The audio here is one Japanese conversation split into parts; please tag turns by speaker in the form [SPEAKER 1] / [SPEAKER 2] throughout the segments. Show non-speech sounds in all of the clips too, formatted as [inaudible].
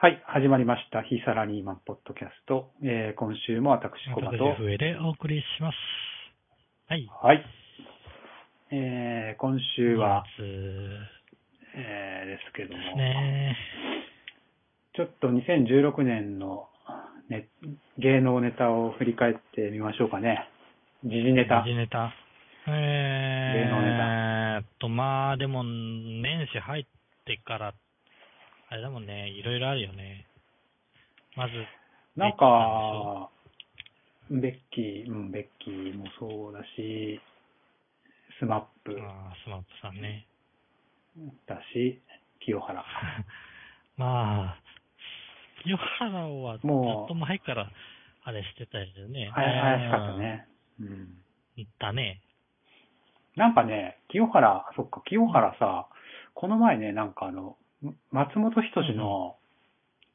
[SPEAKER 1] はい、始まりました。ヒサラリーマンポッドキャスト。えー、今週も私、コバ
[SPEAKER 2] 私、
[SPEAKER 1] と。
[SPEAKER 2] 笛でお送りします。はい。
[SPEAKER 1] はい。えー、今週は、
[SPEAKER 2] 2月
[SPEAKER 1] えー、ですけど
[SPEAKER 2] で
[SPEAKER 1] も、
[SPEAKER 2] すね。
[SPEAKER 1] ちょっと2016年の、ね、芸能ネタを振り返ってみましょうかね。時事ネタ
[SPEAKER 2] 時。事ネタ。え
[SPEAKER 1] 芸能
[SPEAKER 2] ー、えーっと、まあ、でも、年始入ってから、あれだもんね、いろいろあるよね。まず、
[SPEAKER 1] なんか、ベッキー、うん、ベッキーもそうだし、スマップ
[SPEAKER 2] まあ、スマップさんね。 [laughs]
[SPEAKER 1] だし、清原。
[SPEAKER 2] まあ、清原はずっ
[SPEAKER 1] もう
[SPEAKER 2] と前から、あれしてたよね。
[SPEAKER 1] はい、怪しかったね。うん。
[SPEAKER 2] うん。だね。
[SPEAKER 1] なんかね、清原、そっか、清原さ、この前ね、なんかあの、松本人志の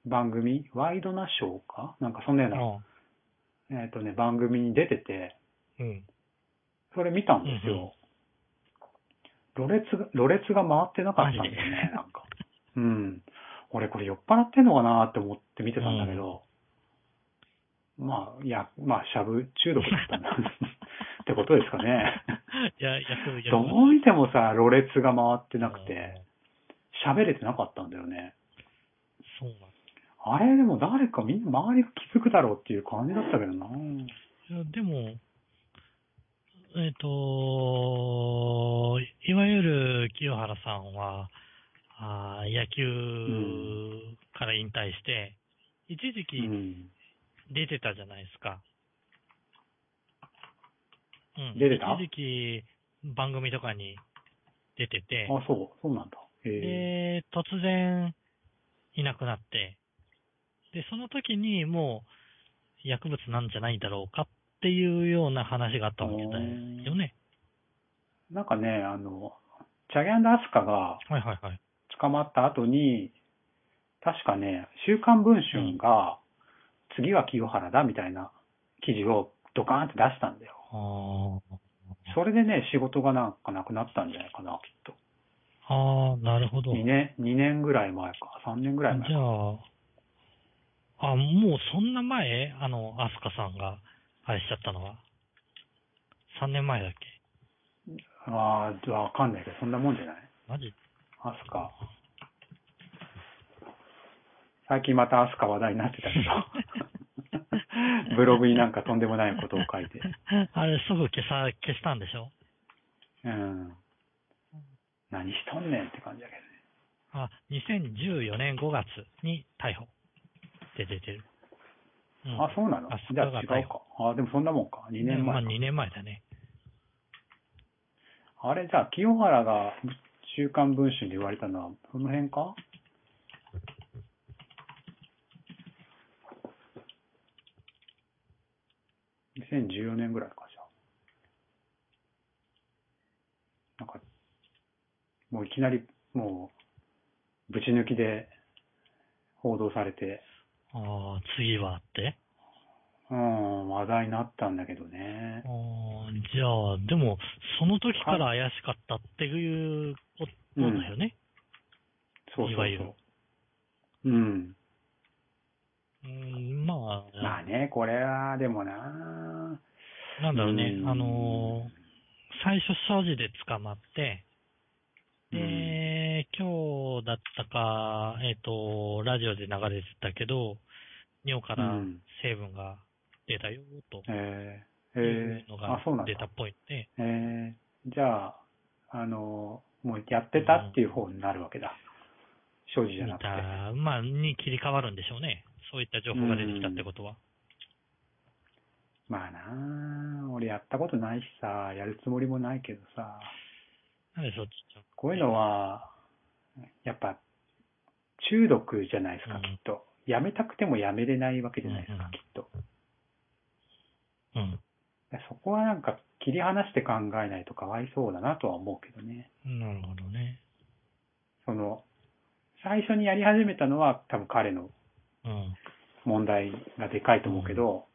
[SPEAKER 1] 番組、ワイドナショーかなんかそんなような、えっ、とね、番組に出てて、
[SPEAKER 2] うん。
[SPEAKER 1] それ見たんですよ。ろれつが、ろれつが回ってなかったんだよ
[SPEAKER 2] マジ
[SPEAKER 1] ね
[SPEAKER 2] で、
[SPEAKER 1] なんか。うん。俺これ酔っ払ってんのかなって思って見てたんだけど、まあ、いや、まあ、しゃぶ中毒だったんだ。 [laughs] ってことですかね。
[SPEAKER 2] いや、役部、役
[SPEAKER 1] どう見てもさ、ろれつが回ってなくて、喋れてなかったんだよね。
[SPEAKER 2] そうなんだ
[SPEAKER 1] あれ、でも誰かみんな周りが気づくだろうっていう感じだったけどな。
[SPEAKER 2] いや、でも、えっ、と、いわゆる清原さんは、あー野球から引退して、一時
[SPEAKER 1] う
[SPEAKER 2] 期
[SPEAKER 1] ん。
[SPEAKER 2] 出てたじゃないですか。うん。
[SPEAKER 1] 出てた
[SPEAKER 2] 一時期番組とかに出てて、
[SPEAKER 1] あ、そう、そうなんだ。へえ。
[SPEAKER 2] で、突然いなくなって、で、その時にもう薬物なんじゃないだろうかっていうような話があったわけだよね。
[SPEAKER 1] なんかね、あの、チャゲアンドアスカが
[SPEAKER 2] はいはいはい。
[SPEAKER 1] 捕まった後に、確かね、週刊文春が、次は清原だみたいな記事をドカーンって出したんだよ。
[SPEAKER 2] あ
[SPEAKER 1] それでね、仕事がなんかなくなったんじゃないかな、きっと。
[SPEAKER 2] あ、ああ、なるほど。
[SPEAKER 1] 2
[SPEAKER 2] じ
[SPEAKER 1] 年、2年ぐらい前か、3年ぐらい前
[SPEAKER 2] ゃ
[SPEAKER 1] か。
[SPEAKER 2] あ、あ、もうそんな前あの、アスカさんが、あれしちゃったのは。3年前だっけ
[SPEAKER 1] ああ、わかんないけど、そんなもんじゃない
[SPEAKER 2] マジ [laughs]
[SPEAKER 1] アスカ。最近またアスカ話題になってた
[SPEAKER 2] [laughs]
[SPEAKER 1] けど、ブログになんかとんでもないことを書いて。
[SPEAKER 2] あれ、すぐ消さ、消したんでしょ
[SPEAKER 1] うん。何しとんねんって感じだけどね。
[SPEAKER 2] あ、2014年5月に逮捕って出てる。うん
[SPEAKER 1] あ、そうなの
[SPEAKER 2] アス
[SPEAKER 1] じ
[SPEAKER 2] カ
[SPEAKER 1] ゃ
[SPEAKER 2] が
[SPEAKER 1] あ違うか。あ、でもそんなもんか。2年
[SPEAKER 2] まあ
[SPEAKER 1] 前か。
[SPEAKER 2] 2年前だね。
[SPEAKER 1] あれじゃあ、清原が週刊文春で言われたのは、その辺か2014年ぐらいか、じゃあ。なんか、もういきなり、もう、ぶち抜きで報道されて、
[SPEAKER 2] ああ、次はって。
[SPEAKER 1] うん、話題になったんだけどね。
[SPEAKER 2] ああ、じゃあ、でも、その時から怪しかったっていうことだよね。
[SPEAKER 1] そうそうそう。
[SPEAKER 2] いわゆる
[SPEAKER 1] うん。
[SPEAKER 2] うん、ま
[SPEAKER 1] まあ
[SPEAKER 2] あ、
[SPEAKER 1] ね、これは、でもな
[SPEAKER 2] なんだろうね
[SPEAKER 1] う、ん
[SPEAKER 2] あのー最初所持で捕まって、で、今日だったか、えっ、と、ラジオで流れてたけど、尿から
[SPEAKER 1] うん
[SPEAKER 2] 成分が出たよ、と
[SPEAKER 1] えー、
[SPEAKER 2] い
[SPEAKER 1] え
[SPEAKER 2] う
[SPEAKER 1] ー
[SPEAKER 2] の
[SPEAKER 1] あ
[SPEAKER 2] が、
[SPEAKER 1] そうなんだ
[SPEAKER 2] 出。たっぽいので、
[SPEAKER 1] えー、じゃあ、あの、もうやってたっていう方になるわけだ。所持じゃ
[SPEAKER 2] 見
[SPEAKER 1] なくて。
[SPEAKER 2] た、まあ、に切り替わるんでしょうね。そういった情報が出てきたってことは。
[SPEAKER 1] まあな俺やったことないしさ、やるつもりもないけどさ、
[SPEAKER 2] なんでそっち
[SPEAKER 1] こういうのは、やっぱ、中毒じゃないですか、
[SPEAKER 2] うん
[SPEAKER 1] きっと。やめたくてもやめれないわけじゃないです
[SPEAKER 2] う
[SPEAKER 1] か
[SPEAKER 2] ん、
[SPEAKER 1] きっと。
[SPEAKER 2] うん。
[SPEAKER 1] そこはなんか切り離して考えないとかわいそうだなとは思うけどね。
[SPEAKER 2] なるほどね。
[SPEAKER 1] その、最初にやり始めたのは多分彼の
[SPEAKER 2] うん。
[SPEAKER 1] 問題がでかいと思うけど、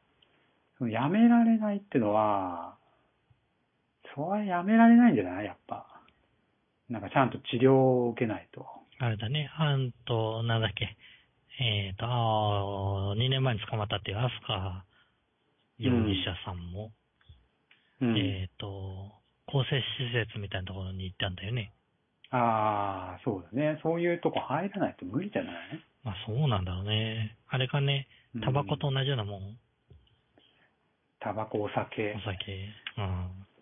[SPEAKER 1] そのやめられないってのは、それやめられないんじゃないやっぱ。なんかちゃんと治療を受けないと。
[SPEAKER 2] あれだね、あんと、なんだっけ、えっ、と、あー2年前に捕まったっていうアスカ容疑者さんも、
[SPEAKER 1] うん。
[SPEAKER 2] えっ、と、更生施設みたいなところに行ったんだよね。
[SPEAKER 1] ああ、そうだね。そういうとこ入らないと無理じゃない
[SPEAKER 2] まあそうなんだろうね。あれかね、タバコと同じようなもん、
[SPEAKER 1] タバコ、お酒
[SPEAKER 2] お、酒。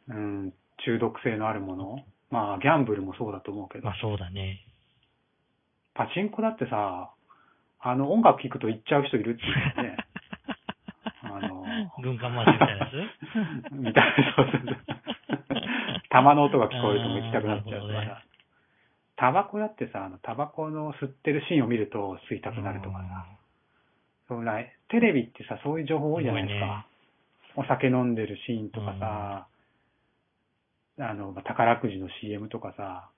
[SPEAKER 2] うん。
[SPEAKER 1] うん、中毒性のあるもの。まあ、ギャンブルもそうだと思うけど
[SPEAKER 2] まあ。そうだね。
[SPEAKER 1] パチンコだってさ、あの、音楽聴くと行っちゃう人いるって言うよね。あの、
[SPEAKER 2] [laughs] 軍艦回しみたいなや
[SPEAKER 1] [laughs]
[SPEAKER 2] つ
[SPEAKER 1] みたいな、そうそうそう。玉の音が聞こえるとも行きたくなっちゃう
[SPEAKER 2] あ
[SPEAKER 1] か
[SPEAKER 2] ーなるほど
[SPEAKER 1] ら。タバコだってさ、あの、タバコの吸ってるシーンを見ると吸いたくなるとかさ。そうなテレビってさ、そういう情報多いじゃないです
[SPEAKER 2] 多いね
[SPEAKER 1] か。お酒飲んでるシーンとかさ、あの、まあ宝くじの CM とかさ、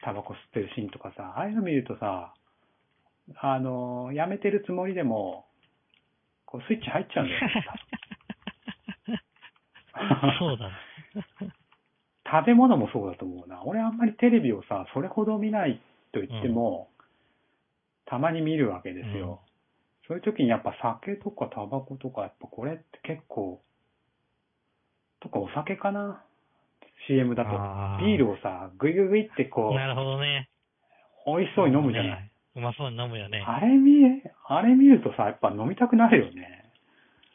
[SPEAKER 1] タバコ吸ってるシーンとかさ、ああいうの見るとさ、あの、やめてるつもりでも、こうスイッチ入っちゃうんだよね。
[SPEAKER 2] [laughs] [laughs] そうだ。
[SPEAKER 1] 食べ物もそうだと思うな。俺あんまりテレビをさ、それほど見ないと言っても、たまに見るわけですよ。そういう時にやっぱ酒とかタバコとか、やっぱこれって結構、とかお酒かな ?CM だと。
[SPEAKER 2] あ
[SPEAKER 1] ビールをさ、ぐいぐいぐいってこ
[SPEAKER 2] なるほどね。
[SPEAKER 1] う、美味しそうに飲むじゃない。
[SPEAKER 2] ねうまそうに飲むよね。
[SPEAKER 1] あれ見え、あれ見るとさ、やっぱ飲みたくなるよね。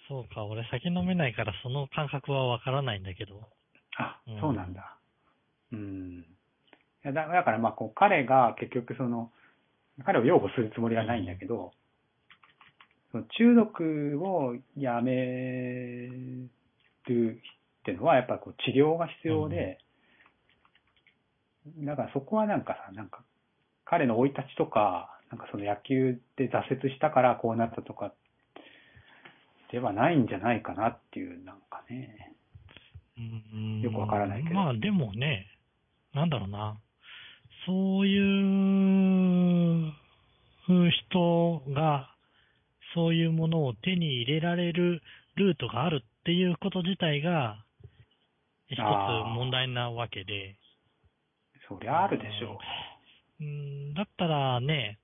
[SPEAKER 2] そうか、俺酒飲めないからその感覚はわからないんだけど。
[SPEAKER 1] あ
[SPEAKER 2] うん、
[SPEAKER 1] そうなんだ。うん。いやだだから、まあ、こう、彼が結局その、彼を擁護するつもりはないんだけど、その中毒をやめるってのは、やっぱこう治療が必要で、だからそこはなんかさ、なんか、彼の生い立ちとか、なんかその野球で挫折したからこうなったとか、ではないんじゃないかなっていう、なんかね。
[SPEAKER 2] うん
[SPEAKER 1] よくわからないけど
[SPEAKER 2] まあでもね、なんだろうな。そういう人が、そういうものを手に入れられるルートがあるっていうこと自体が、一つ
[SPEAKER 1] あー
[SPEAKER 2] 問題なわけで。
[SPEAKER 1] そりゃあるでしょ
[SPEAKER 2] うん、だったらね、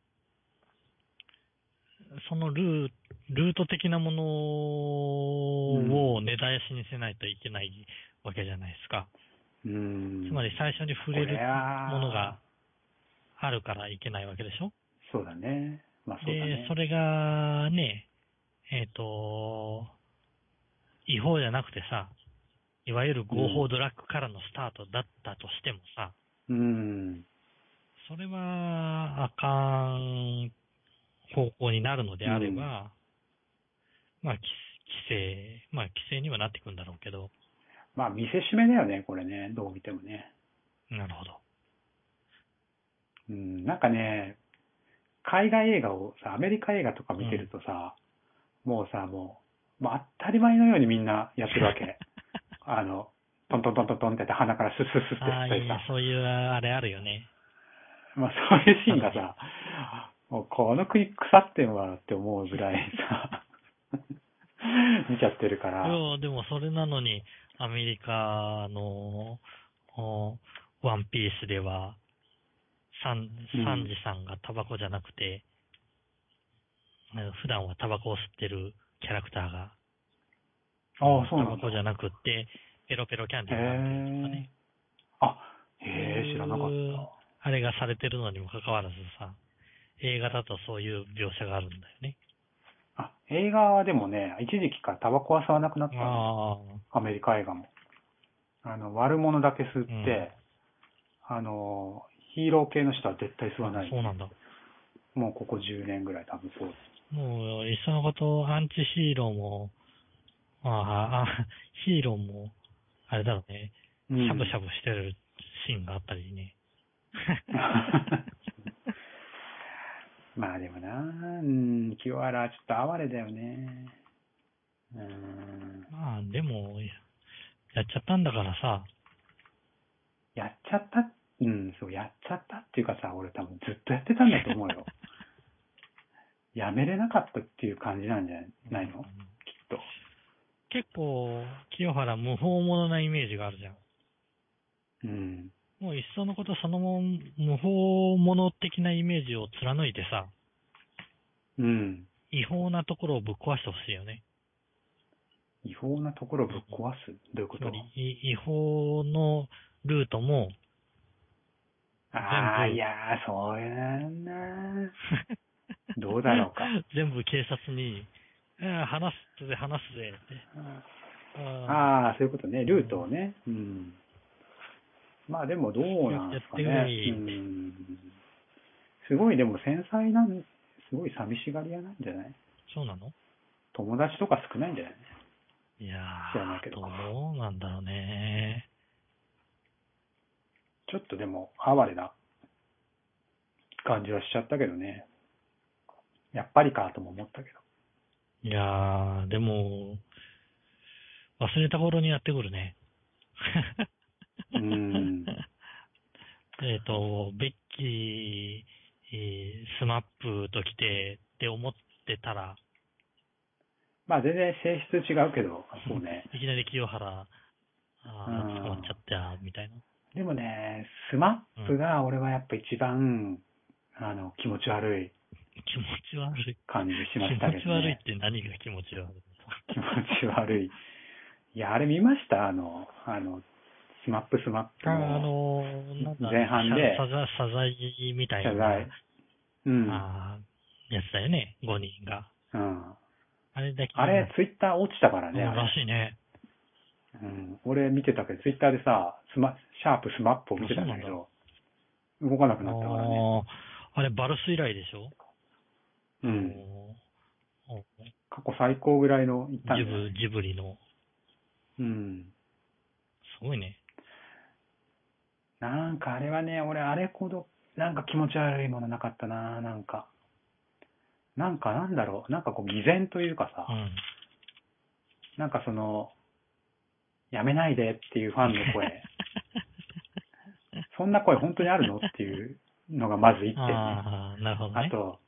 [SPEAKER 2] そのルールート的なものを根絶やしにせないといけないわけじゃないですか。
[SPEAKER 1] う。うん。
[SPEAKER 2] つまり最初に触れる
[SPEAKER 1] こゃ
[SPEAKER 2] ものが。あるからいけないわけでしょ。
[SPEAKER 1] そうだね。まあそうだ
[SPEAKER 2] で
[SPEAKER 1] ね、。
[SPEAKER 2] それがね、えっ、と、違法じゃなくてさ、いわゆる合法ドラッグからのスタートだったとしてもさ、
[SPEAKER 1] うん。
[SPEAKER 2] それは、あかん方向になるのであれば、まあ、規規制、まあ、規制にはなっていくんだろうけど、
[SPEAKER 1] まあ見せしめだよね、これね。どう見てもね。
[SPEAKER 2] なるほど。
[SPEAKER 1] うん。なんかね、海外映画をさ、アメリカ映画とか見てるとさ、もうさ、もう、まあ当たり前のようにみんなやってるわ
[SPEAKER 2] [laughs]
[SPEAKER 1] け。あの、トントントントントンってやって鼻からスッスッスッって
[SPEAKER 2] あ
[SPEAKER 1] や
[SPEAKER 2] あ、
[SPEAKER 1] っ
[SPEAKER 2] い
[SPEAKER 1] たり
[SPEAKER 2] い
[SPEAKER 1] さ
[SPEAKER 2] ね。そういう、あれあるよね。
[SPEAKER 1] まあそういうシーンがさ、もうこの国腐ってんわって思うぐらいさ、
[SPEAKER 2] [laughs]
[SPEAKER 1] 見ちゃってるか
[SPEAKER 2] い
[SPEAKER 1] ら。
[SPEAKER 2] や、でもそれなのに、アメリカの、おワンピースでは、サン、
[SPEAKER 1] うん
[SPEAKER 2] サンジさんがタバコじゃなくて、え普段はタバコを吸ってるキャラクターが、
[SPEAKER 1] ああ、そう
[SPEAKER 2] タ
[SPEAKER 1] な
[SPEAKER 2] バ
[SPEAKER 1] んだ。
[SPEAKER 2] コじゃなくって、ペロペロキャンディーになってるとかね。
[SPEAKER 1] あ、へえ、知らなかっ
[SPEAKER 2] あれがされてるのにもかかわらずさ、映画だとそういう描写があるんだよね。
[SPEAKER 1] た。あ、映画はでもね、一時期からタバコは吸わなくなったの。
[SPEAKER 2] あ
[SPEAKER 1] アメリカ映画も。あの、悪者だけ吸って、
[SPEAKER 2] うん
[SPEAKER 1] あの、ヒーロー系の人は絶対吸わな
[SPEAKER 2] あ、
[SPEAKER 1] い。
[SPEAKER 2] そうなんだ。
[SPEAKER 1] もうここ10年ぐらい多分そうです。
[SPEAKER 2] もう、いっそのこと、アンチヒーローも、ああ、あヒーローも、あれだろうね、
[SPEAKER 1] う
[SPEAKER 2] し
[SPEAKER 1] ん
[SPEAKER 2] ゃぶしゃぶしてるシーンがあったりね。
[SPEAKER 1] [laughs] まあでもな、うん、清原はちょっと哀れだよね。うん、
[SPEAKER 2] まあ、でも、やっちゃったんだからさ、
[SPEAKER 1] やっちゃった、うん、そう、やっちゃったっていうかさ、俺多分ずっとやってたんだと思う
[SPEAKER 2] [laughs]
[SPEAKER 1] よ。やめれなかったっていう感じなんじゃないのきっと。
[SPEAKER 2] 結構、清原無法者なイメージがあるじゃん。
[SPEAKER 1] うん。
[SPEAKER 2] もういっそのことそのもん無法者的なイメージを貫いてさ、
[SPEAKER 1] うん。
[SPEAKER 2] 違法なところをぶっ壊してほしいよね。
[SPEAKER 1] 違法なところぶっ壊すどういうこ
[SPEAKER 2] つま
[SPEAKER 1] と
[SPEAKER 2] り、い違法のルートも、
[SPEAKER 1] ああ、
[SPEAKER 2] 全部
[SPEAKER 1] いやー、そうやなーどうだ
[SPEAKER 2] [laughs]
[SPEAKER 1] ろうか。
[SPEAKER 2] 全部警察に、ああ話すぜ、話すぜって。ああ
[SPEAKER 1] ああ、そういうことね。ルートをね。うん。まあでもどうなんですかね。
[SPEAKER 2] やってみ
[SPEAKER 1] う。
[SPEAKER 2] ようん
[SPEAKER 1] すごいでも繊細なん、すごい寂しがり屋なんじゃない
[SPEAKER 2] そうなの
[SPEAKER 1] 友達とか少ないんじゃない
[SPEAKER 2] いや
[SPEAKER 1] 知らないけ
[SPEAKER 2] ー、
[SPEAKER 1] ど
[SPEAKER 2] どうなんだろうね。
[SPEAKER 1] ちょっとでも哀れな感じはしちゃったけどね。やっぱりかとも思ったけど。
[SPEAKER 2] いやー、でも、忘れた頃にやってくるね。
[SPEAKER 1] うん。
[SPEAKER 2] [laughs] えっと、ベッキーえー、スマップと来てって思ってたら、
[SPEAKER 1] まあ全然性質違うけど、そうね。
[SPEAKER 2] いきなり清原、あ
[SPEAKER 1] う
[SPEAKER 2] ー
[SPEAKER 1] ん
[SPEAKER 2] 捕まっちゃった、みたいな。
[SPEAKER 1] でもね、スマップが俺はやっぱ一番、あの、気持ち悪い
[SPEAKER 2] 気持ち悪い。
[SPEAKER 1] 感じし
[SPEAKER 2] 気
[SPEAKER 1] ま
[SPEAKER 2] 持
[SPEAKER 1] したけどね。
[SPEAKER 2] ち悪いって何が気持ち悪い
[SPEAKER 1] 気持ち悪い。いや、あれ見ましたあの、あの、スマップスマップ
[SPEAKER 2] あ
[SPEAKER 1] の
[SPEAKER 2] のー、なんだ
[SPEAKER 1] 前半で
[SPEAKER 2] ささざ謝罪みたいな。
[SPEAKER 1] 謝罪。うん。
[SPEAKER 2] あーやつだよね、5人が。
[SPEAKER 1] うん。
[SPEAKER 2] あれだけ。
[SPEAKER 1] あれ、ツイッター落ちたから
[SPEAKER 2] うん
[SPEAKER 1] ね。あ
[SPEAKER 2] ら
[SPEAKER 1] れ
[SPEAKER 2] しいね。
[SPEAKER 1] うん、俺見てたけど、ツイッターでさ、スマ、シャープスマップを見てたんだけど、動かなくなったからね。
[SPEAKER 2] あーあれ、バルス以来でしょ
[SPEAKER 1] うん。
[SPEAKER 2] おー
[SPEAKER 1] 過去最高ぐらいのいったん
[SPEAKER 2] ジ
[SPEAKER 1] だよ
[SPEAKER 2] ブジブリの。
[SPEAKER 1] うん。
[SPEAKER 2] すごいね。
[SPEAKER 1] なんかあれはね、俺あれほど、なんか気持ち悪いものなかったな、なんか。なんかなんだろう、なんかこう偽善というかさ、
[SPEAKER 2] うん。
[SPEAKER 1] なんかその、やめないでっていうファンの声。そんな声本当にあるのっていうのがまず一点ね。あ
[SPEAKER 2] ああ、なるほどね。
[SPEAKER 1] と、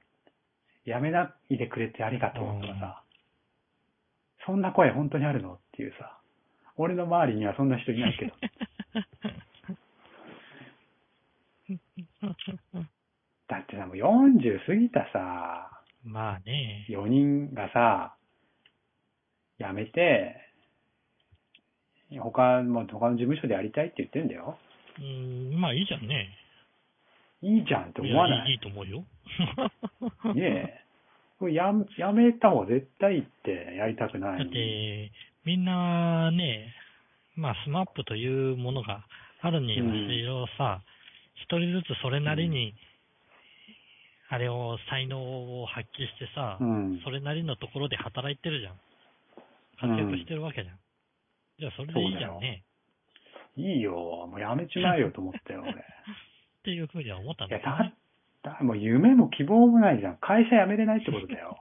[SPEAKER 1] やめないでくれてありがとうとかさ、そんな声本当にあるのっていうさ、俺の周りにはそんな人いないけど。だってさ、もう40過ぎたさ、
[SPEAKER 2] まあね。
[SPEAKER 1] 4人がさ、辞めて、他、もう他の事務所でやりたいって言ってんだよ。
[SPEAKER 2] うん、まあいいじゃんね。
[SPEAKER 1] いいじゃんって思わない
[SPEAKER 2] やいい
[SPEAKER 1] い
[SPEAKER 2] いと思うよ。 [laughs]
[SPEAKER 1] ねえ。これややめた方が絶対いいってやりたくないの
[SPEAKER 2] だっ
[SPEAKER 1] に。
[SPEAKER 2] て、みんなね、まあスマップというものがあるにはしろさ、一、人ずつそれなりに、あれを、才能を発揮してさ、
[SPEAKER 1] うん
[SPEAKER 2] そ。れなりのところで働いてるじゃん。活躍してるわけじゃん。じゃあそれでいいじゃん
[SPEAKER 1] そうだ
[SPEAKER 2] ね。
[SPEAKER 1] いいよ。もうやめちまえよと思った
[SPEAKER 2] [laughs]
[SPEAKER 1] よ、俺。
[SPEAKER 2] っていうふうには思ったん
[SPEAKER 1] いや、
[SPEAKER 2] だけど
[SPEAKER 1] だ
[SPEAKER 2] ね。
[SPEAKER 1] だ、もう夢も希望もないじゃん。会社辞めれないってことだ
[SPEAKER 2] [laughs]
[SPEAKER 1] よ。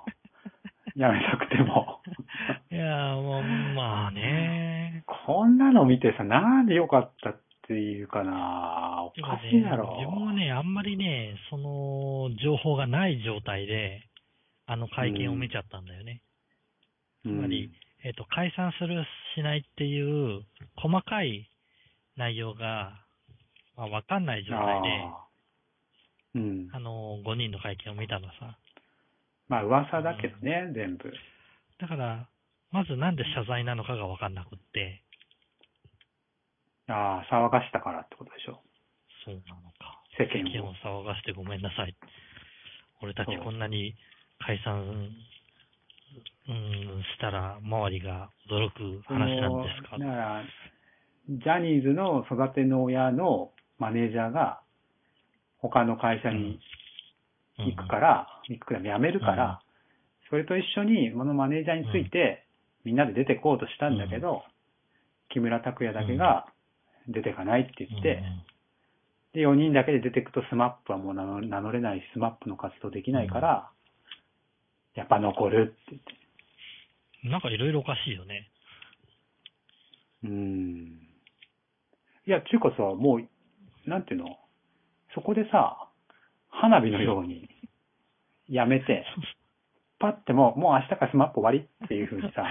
[SPEAKER 1] 辞めたくても。
[SPEAKER 2] いやー、もう、まあね。
[SPEAKER 1] こんなの見てさ、なんでよかったっていうかなお
[SPEAKER 2] てか
[SPEAKER 1] か
[SPEAKER 2] ね
[SPEAKER 1] しいだろ。
[SPEAKER 2] 自分はね、あんまりね、その、情報がない状態で、あの会見を見ちゃったんだよね。
[SPEAKER 1] う
[SPEAKER 2] つまり
[SPEAKER 1] ん、
[SPEAKER 2] えっ、と、解散する、しないっていう、細かい内容が、まあ、わかんない状態で、あ
[SPEAKER 1] あーうん。
[SPEAKER 2] の、5人の会見を見たのさ。
[SPEAKER 1] まあ、噂だけどね、全部。
[SPEAKER 2] だから、まずなんで謝罪なのかがわかんなくって、
[SPEAKER 1] ああ、騒がしたからってことでしょ。
[SPEAKER 2] そうなのか。
[SPEAKER 1] 世
[SPEAKER 2] 世
[SPEAKER 1] 間
[SPEAKER 2] 間
[SPEAKER 1] を
[SPEAKER 2] を。騒がしてごめんなさい。俺たち
[SPEAKER 1] そう
[SPEAKER 2] こんなに解散、うん、したら周りが驚く話なんですか。
[SPEAKER 1] そのだから、ジャニーズの育ての親のマネージャーが、他の会社に行くからら、行くから辞めるから、それと一緒に、このマネージャーについて、みんなで出てこうとしたんだけど、木村拓哉だけが、出てかないって言って、で、4人だけで出てくとスマップはもう名乗名乗れないし、スマップの活動できないから、やっぱ残るって言って。
[SPEAKER 2] うんなんかいろいろおかしいよね。
[SPEAKER 1] うーん。いや、ちゅうかさ、もう、なんていうのそこでさ、花火のように、やめて、
[SPEAKER 2] [laughs]
[SPEAKER 1] パッてもう、もう明日からスマップ終わりっていう風に
[SPEAKER 2] [laughs]
[SPEAKER 1] さ、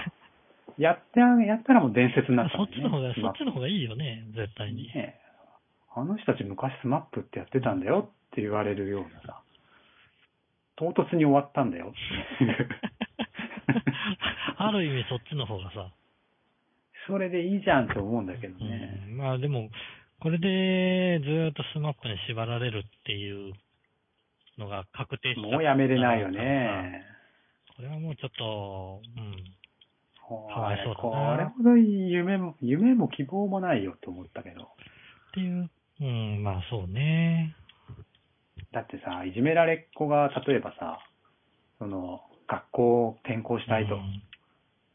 [SPEAKER 1] やってあげ、やったらもう伝説になった
[SPEAKER 2] そ
[SPEAKER 1] の
[SPEAKER 2] っ
[SPEAKER 1] に
[SPEAKER 2] ちの方が、
[SPEAKER 1] ス
[SPEAKER 2] そ
[SPEAKER 1] マッ
[SPEAKER 2] っ
[SPEAKER 1] プ
[SPEAKER 2] ちの方がいいよね、絶対に。
[SPEAKER 1] ねえあの人たち昔スマップってやってたんだよって言われるようなさ、唐突に終わったんだよ。[laughs]
[SPEAKER 2] [laughs] ある意味そっちの方がさ。
[SPEAKER 1] それでいいじゃんと思うんだけどね。
[SPEAKER 2] うんまあでも、これでずーっとスマップに縛られるっていうのが確定しちゃった
[SPEAKER 1] もうやめれないよ
[SPEAKER 2] [laughs]
[SPEAKER 1] ね。
[SPEAKER 2] これはもうちょっと、うん。
[SPEAKER 1] こ
[SPEAKER 2] かわいそうだな
[SPEAKER 1] れほど夢も、夢も希望もないよと思ったけど。
[SPEAKER 2] っていう、うん、まあそうね。
[SPEAKER 1] だってさ、いじめられっ子が、例えばさ、その、学校を転校したいと、
[SPEAKER 2] うん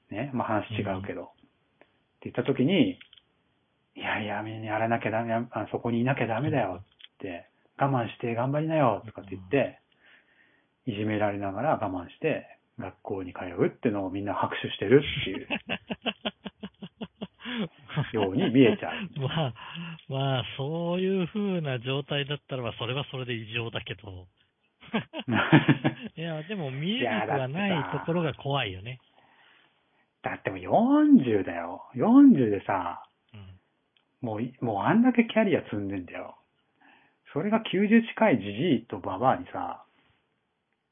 [SPEAKER 1] ね、まあ話違うけど、って言った時に、いやいや、みんなやらなきゃダメ、あそこにいなきゃダメだよって、我慢して頑張りなよとかって言って、いじめられながら我慢して、学校に通うってのをみんな拍手してるって
[SPEAKER 2] [laughs]
[SPEAKER 1] いう。ように見えちゃう。
[SPEAKER 2] まあ、まあ、そういう風な状態だったらば、それはそれで異常だけ
[SPEAKER 1] [laughs]
[SPEAKER 2] ど。いや、でも見えなくはないところが怖いよね。
[SPEAKER 1] だってもう40だよ。40でさ、
[SPEAKER 2] うん
[SPEAKER 1] もうい、もうあんだけキャリア積んでんだよ。それが90近いじじいとババアにさ、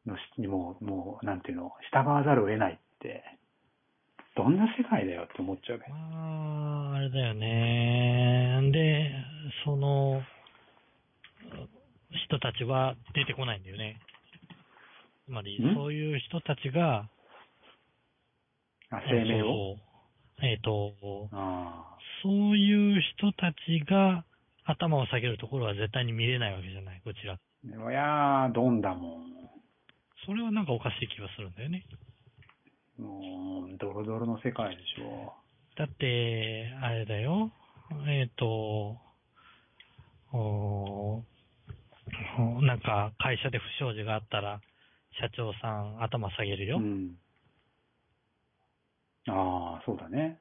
[SPEAKER 1] のし、もう、もう、なんていうの、従わざるを得ないって、どんな世界だよって思っちゃうけど。
[SPEAKER 2] まあ、あれだよね。で、その、人たちは出てこないんだよね。つまり
[SPEAKER 1] ん、
[SPEAKER 2] そういう人たちが、
[SPEAKER 1] あ、生命を。
[SPEAKER 2] そうえっ、と、
[SPEAKER 1] あ
[SPEAKER 2] そういう人たちが頭を下げるところは絶対に見れないわけじゃない、こちら。
[SPEAKER 1] あ。いやー、どんだも
[SPEAKER 2] それはなんかおかしい気がするんだよね。
[SPEAKER 1] ん。もう、ドロドロの世界でしょ。
[SPEAKER 2] だって、あれだよ。えっ、と、おーなんか会社で不祥事があったら、社長さん頭下げるよ。
[SPEAKER 1] うん。ああ、そうだね。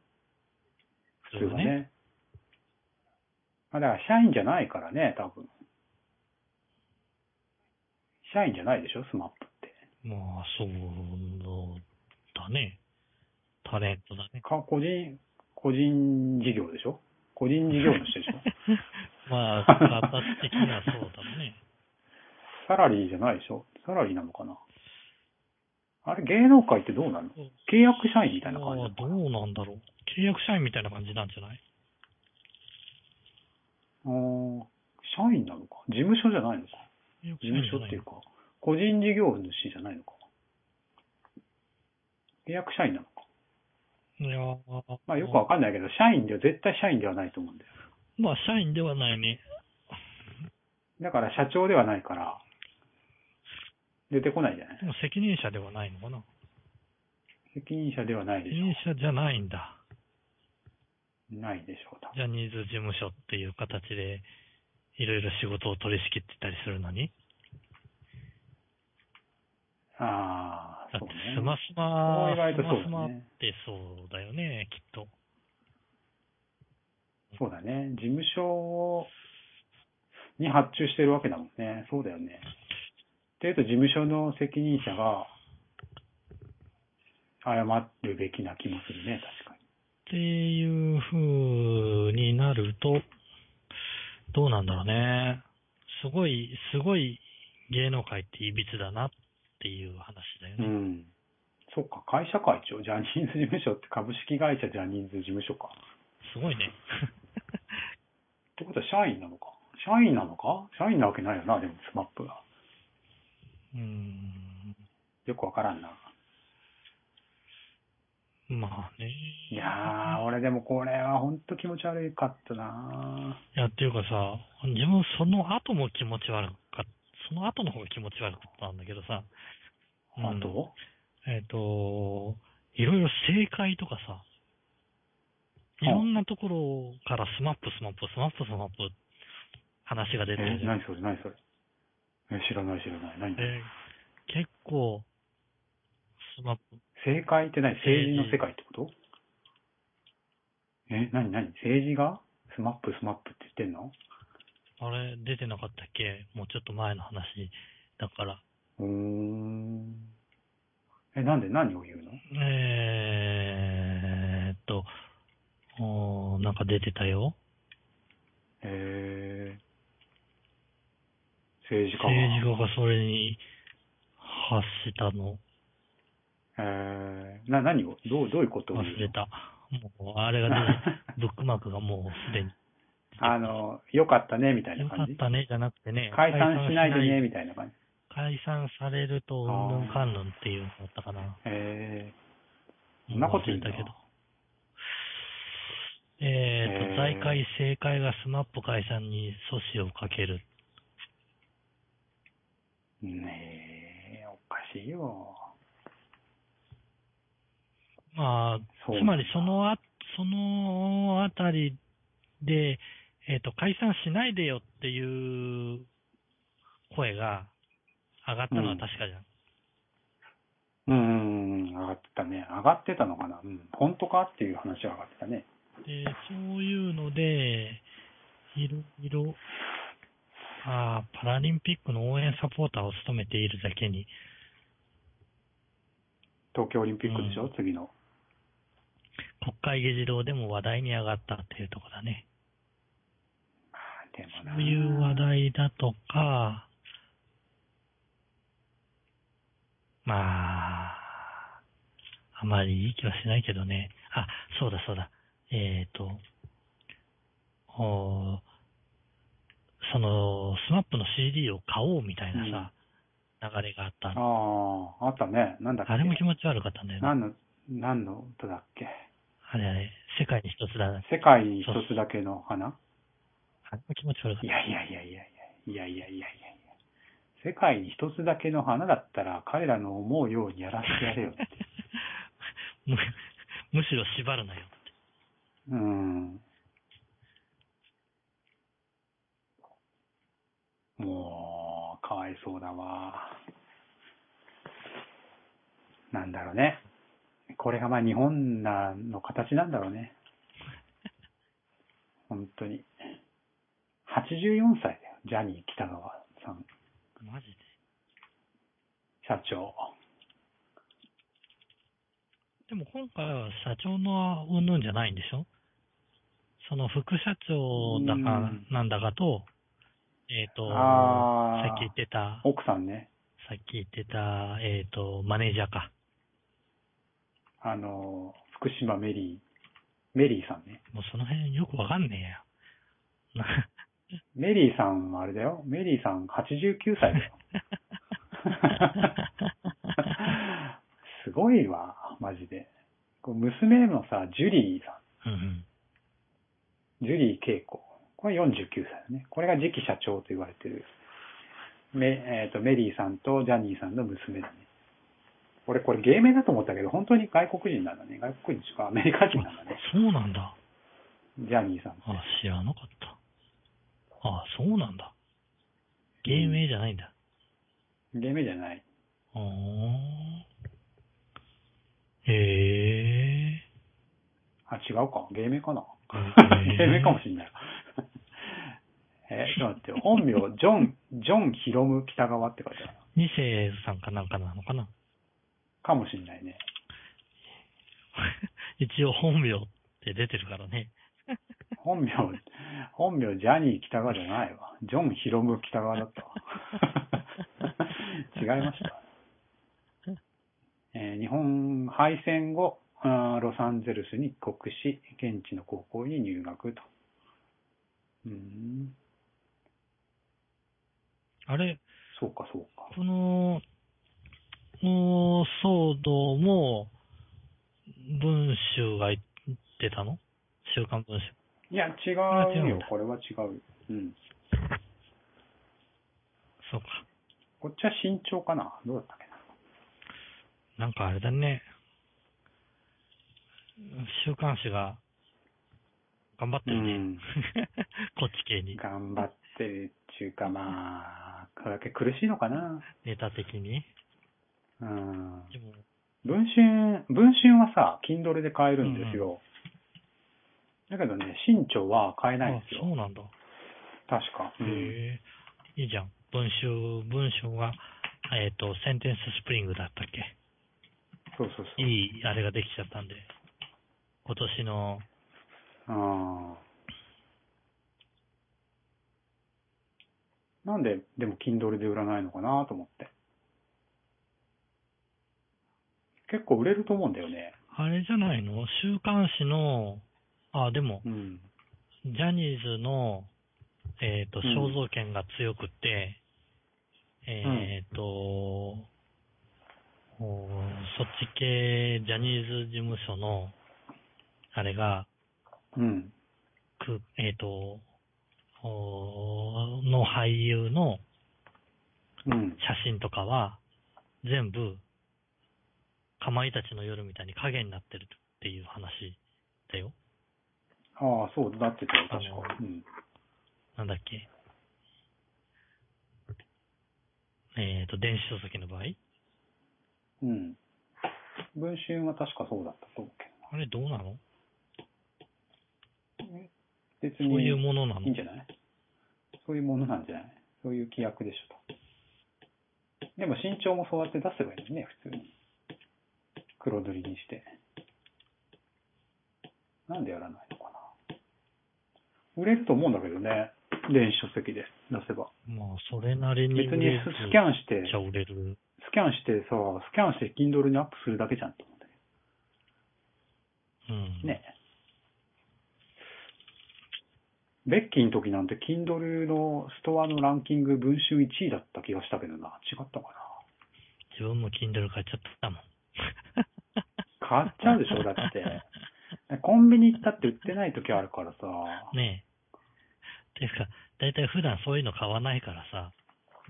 [SPEAKER 1] 普
[SPEAKER 2] 普通
[SPEAKER 1] 通
[SPEAKER 2] は
[SPEAKER 1] は
[SPEAKER 2] ね
[SPEAKER 1] ね。まあだから社員じゃないからね、多分。社員じゃないでしょ、スマップって。
[SPEAKER 2] まあ、そうだね。タレン
[SPEAKER 1] [laughs]
[SPEAKER 2] トだね。
[SPEAKER 1] か個人、個人事業でしょ個人事業主でしょ
[SPEAKER 2] まあ、形的にはそうだね。
[SPEAKER 1] サラリーじゃないでしょサラリーなのかなあれ、芸能界ってどうなの契約社員みたいな感じなの
[SPEAKER 2] あ
[SPEAKER 1] か
[SPEAKER 2] ど
[SPEAKER 1] な
[SPEAKER 2] うなんだろう。契約社員みたいな感じなんじゃない
[SPEAKER 1] あー社員なのか事務所じゃないのか
[SPEAKER 2] 契約
[SPEAKER 1] 事
[SPEAKER 2] 社
[SPEAKER 1] 務
[SPEAKER 2] 員じゃ
[SPEAKER 1] 所
[SPEAKER 2] な
[SPEAKER 1] っ
[SPEAKER 2] い
[SPEAKER 1] ていうか、個人事業主じゃないのか契約社員なのか
[SPEAKER 2] いやー
[SPEAKER 1] まあよくわかんないけど、社員では絶対社員ではないと思うんだよ。
[SPEAKER 2] まあ、社員ではないね。
[SPEAKER 1] だから社長ではないから、出てこないじゃない
[SPEAKER 2] でも責任者ではないのかな。
[SPEAKER 1] 責任者ではないで
[SPEAKER 2] 責
[SPEAKER 1] し
[SPEAKER 2] 任者じゃないんだ。
[SPEAKER 1] ょ。ないでしょう、多分
[SPEAKER 2] ジャニーズ事務所っていう形で、いろいろ仕事を取り仕切ってたりするのに。
[SPEAKER 1] ああ
[SPEAKER 2] だ、っ
[SPEAKER 1] そ
[SPEAKER 2] て
[SPEAKER 1] うね。
[SPEAKER 2] スマス
[SPEAKER 1] そ
[SPEAKER 2] マ、
[SPEAKER 1] う意外と
[SPEAKER 2] ス
[SPEAKER 1] そう
[SPEAKER 2] マスマ
[SPEAKER 1] だ
[SPEAKER 2] っ
[SPEAKER 1] ね。
[SPEAKER 2] てそうだよね、きっと。
[SPEAKER 1] そうだね。事務所に発注してるわけだもんね。そうだよね。っていうと、事務所の責任者が、謝るべきな気もするね、確かに。
[SPEAKER 2] っていう風になると、どうなんだろうね。すごい、すごい芸能界って歪だなっていう話だよ
[SPEAKER 1] う
[SPEAKER 2] ね。
[SPEAKER 1] ん。そっか、会社会長、ジャニーズ事務所って株式会社ジャニーズ事務所か。
[SPEAKER 2] すごいね。
[SPEAKER 1] ってことは社員なのか社員なのか社員なわけないよな、でもスマップが。
[SPEAKER 2] うん。
[SPEAKER 1] よくわからんな。
[SPEAKER 2] まあね。
[SPEAKER 1] いやー、俺でもこれはほんと気持ち悪かったない
[SPEAKER 2] や、っていうかさ、自分その後も気持ち悪かっその後の方が気持ち悪かったんだけどさ。
[SPEAKER 1] あと、
[SPEAKER 2] うんえっ、と、いろいろ正解とかさ、いろんなところからスマップ、スマップ、スマップ、スマップ、話が出てる
[SPEAKER 1] え、
[SPEAKER 2] じゃん。
[SPEAKER 1] 何それ、何それ。え、知らない知らない。何
[SPEAKER 2] えー結構、スマップ、
[SPEAKER 1] 正解って何政治の世界ってことえ、何何政治がスマップスマップって言ってんの
[SPEAKER 2] あれ出てなかったっけもうちょっと前の話だから。
[SPEAKER 1] うーん。え、なんで何を言うの
[SPEAKER 2] えーっと、おーなんか出てたよ。
[SPEAKER 1] えー、政治家が
[SPEAKER 2] 政治家がそれに発したの
[SPEAKER 1] えー、な、何をどう、どういうことを
[SPEAKER 2] 忘
[SPEAKER 1] 言うの
[SPEAKER 2] れた。もう、あれがね、ブックマークがもうすでに。
[SPEAKER 1] [laughs] あの、良かったね、みたいな
[SPEAKER 2] よか
[SPEAKER 1] 感
[SPEAKER 2] っ
[SPEAKER 1] じ。
[SPEAKER 2] たね、じゃなくてね。
[SPEAKER 1] 解散しないでね、
[SPEAKER 2] ね。
[SPEAKER 1] みたいな感じ。
[SPEAKER 2] 解散されると、うんぬんかんぬんっていうのだったかな。
[SPEAKER 1] えー、そう
[SPEAKER 2] も忘
[SPEAKER 1] んなこと言う
[SPEAKER 2] れ
[SPEAKER 1] んだ
[SPEAKER 2] たけど。えっ、
[SPEAKER 1] えー
[SPEAKER 2] と、財界、政界がスマップ解散に阻止をかける。
[SPEAKER 1] ねえ、おかしいよ。
[SPEAKER 2] まあ、
[SPEAKER 1] そう
[SPEAKER 2] つまりそのあ、そのあたりで、えっ、と、解散しないでよっていう声が上がったのは確かじゃん。
[SPEAKER 1] うん、上がってたね。上がってたのかな。うん、本当かっていう話は上がってたね。
[SPEAKER 2] で、そういうので、いろいろ、ああ、パラリンピックの応援サポーターを務めているだけに、
[SPEAKER 1] 東京オリンピックでしょ、
[SPEAKER 2] うん
[SPEAKER 1] 次の。
[SPEAKER 2] 国会議事堂でも話題に上がったっていうところだね。
[SPEAKER 1] あーでもな
[SPEAKER 2] そういう話題だとか、まあ、あまりいい気はしないけどね。あ、そうだそうだ。えっ、と、おーその、スマップの CD を買おうみたいなさ、流れがあった。
[SPEAKER 1] ああ、あったね。なんだっけ。
[SPEAKER 2] あれも気持ち悪かったんだよね。
[SPEAKER 1] 何の、何の歌だっけ。
[SPEAKER 2] あれあれ、世界に一つだ。あれも
[SPEAKER 1] 世界に一つだけの花
[SPEAKER 2] 気持ち悪かっ
[SPEAKER 1] いやいやいやいやいやいやいやいやいやいや世界に一つだけの花だったら彼らの思うようにやらせてやれよって。
[SPEAKER 2] た。む [laughs] むしろ縛るなよ。
[SPEAKER 1] うん。もう、かわいそうだわ。なんだろうね。これがまあ日本なの形なんだろうね。本当に。84歳だよ。ジャニー北川さん、
[SPEAKER 2] マジで。
[SPEAKER 1] 社長。
[SPEAKER 2] でも今回は社長の云々じゃないんでしょその副社長だか
[SPEAKER 1] うん、
[SPEAKER 2] なんだかと、えっ、と、
[SPEAKER 1] あー
[SPEAKER 2] さっき言ってた、
[SPEAKER 1] 奥さんね。
[SPEAKER 2] さっき言ってた、えっ、と、マネージャーか。
[SPEAKER 1] あの、福島メリー、メリーさんね。
[SPEAKER 2] もうその辺よくわかんね
[SPEAKER 1] [laughs]
[SPEAKER 2] えや。な
[SPEAKER 1] メリーさんもあれだよ。メリーさん89歳だよ。すごいわ、マジで。こう娘のさ、ジュリーさ
[SPEAKER 2] うんうん。
[SPEAKER 1] ん、ジュリー恵子。これ49歳だね。これが次期社長と言われてる。めえっ、と、メリーさんとジャニーさんの娘だね。俺、これ芸名だと思ったけど、本当に外国人なんだね。外国人しかアメリカ人なんだね。
[SPEAKER 2] そうなんだ。
[SPEAKER 1] ジャニーさんって。
[SPEAKER 2] あ、知らなかった。あ、そうなんだ。芸名じゃないんだ。
[SPEAKER 1] 芸名じゃない。
[SPEAKER 2] あー。へえ。
[SPEAKER 1] あ、違うか。芸名かな。
[SPEAKER 2] ー
[SPEAKER 1] 芸名かもしんない。 [laughs] えー、ちょっと待ってよ。本名、ジョン、ジョン・ヒロム・北川って書いてある。
[SPEAKER 2] 二世さんかなんかなのかな
[SPEAKER 1] かもしんないね。
[SPEAKER 2] 一応本名って出てるからね。
[SPEAKER 1] 本名、本名、ジャニー北川じゃないわ。ジョン・ヒロム・北川だったわ。違いました。えー日本敗戦後、あーロサンゼルスに帰国し、現地の高校に入学と。うーん、
[SPEAKER 2] あれ、
[SPEAKER 1] そうかそうか。
[SPEAKER 2] この、もう、騒動も、文集が言ってたの週刊文集。
[SPEAKER 1] いや、違
[SPEAKER 2] 違
[SPEAKER 1] う
[SPEAKER 2] うん
[SPEAKER 1] よ
[SPEAKER 2] だ。
[SPEAKER 1] これは違うよ。うん。
[SPEAKER 2] そうか。
[SPEAKER 1] こっちは慎重かなどうだったっけな
[SPEAKER 2] なんかあれだね。週刊誌が、頑張ってるね。
[SPEAKER 1] うん
[SPEAKER 2] こっち系に、
[SPEAKER 1] 頑張ってるっていうか、まあ、これだけ苦しいのかな
[SPEAKER 2] ネタ的に。
[SPEAKER 1] うん。
[SPEAKER 2] でも、
[SPEAKER 1] 文春、文春はさ、Kindle で買えるんですよ。だけどね、新潮は買えないん
[SPEAKER 2] あ
[SPEAKER 1] です、
[SPEAKER 2] そ
[SPEAKER 1] よ。
[SPEAKER 2] うなんだ。
[SPEAKER 1] 確か。うん
[SPEAKER 2] へえ、いいじゃん。文集、文章が、えっ、と、センテンススプリングだったっけ
[SPEAKER 1] そうそうそう。
[SPEAKER 2] いい、あれができちゃったんで。今年の、
[SPEAKER 1] あーなんで、でも Kindle で売らないのかなと思って。結構売れると思うんだよね。
[SPEAKER 2] あれじゃないの週刊誌の、あ、でも、
[SPEAKER 1] うん。
[SPEAKER 2] ジャニーズの、えっ、と、
[SPEAKER 1] うん
[SPEAKER 2] 肖像権が強くて、えっ、と、おそっち系ジャニーズ事務所の、あれが、
[SPEAKER 1] うん。
[SPEAKER 2] くえっ、と、おの俳優の
[SPEAKER 1] うん。
[SPEAKER 2] 写真とかは、全部、かまいたちの夜みたいに影になってるっていう話だよ。
[SPEAKER 1] ああ、そうなってたよ、確
[SPEAKER 2] あの
[SPEAKER 1] か。うん。
[SPEAKER 2] なんだっけ。えっ、と、電子書籍の場合。
[SPEAKER 1] うん。文春は確かそうだったと思う
[SPEAKER 2] あれどうなの
[SPEAKER 1] けどね。別
[SPEAKER 2] そ
[SPEAKER 1] に
[SPEAKER 2] ういうものなの
[SPEAKER 1] いいんじゃないそういうものなんじゃないそういう規約でしょと。でも身長もそうやって出せばいいのにね、普通に。黒塗りにして。なんでやらないのかな。売れると思うんだけどね。電子書籍で出せば。
[SPEAKER 2] まあ、それなりに
[SPEAKER 1] 別にススキャンして、
[SPEAKER 2] じゃ売れる。
[SPEAKER 1] スキャンしてさ、スキャンして Kindle にアップするだけじゃんと思うんだけ
[SPEAKER 2] うん。
[SPEAKER 1] どね。ベッキーの時なんて Kindle のストアのランキング文春1位だった気がしたけどな。違ったか
[SPEAKER 2] 自分も Kindle 買っちゃったもん。
[SPEAKER 1] な。買っちゃうでしょ、だって。コンビニ行ったって売ってない時あるからさ。
[SPEAKER 2] ねえ。ていうか、だいたい普段そういうの買わないからさ、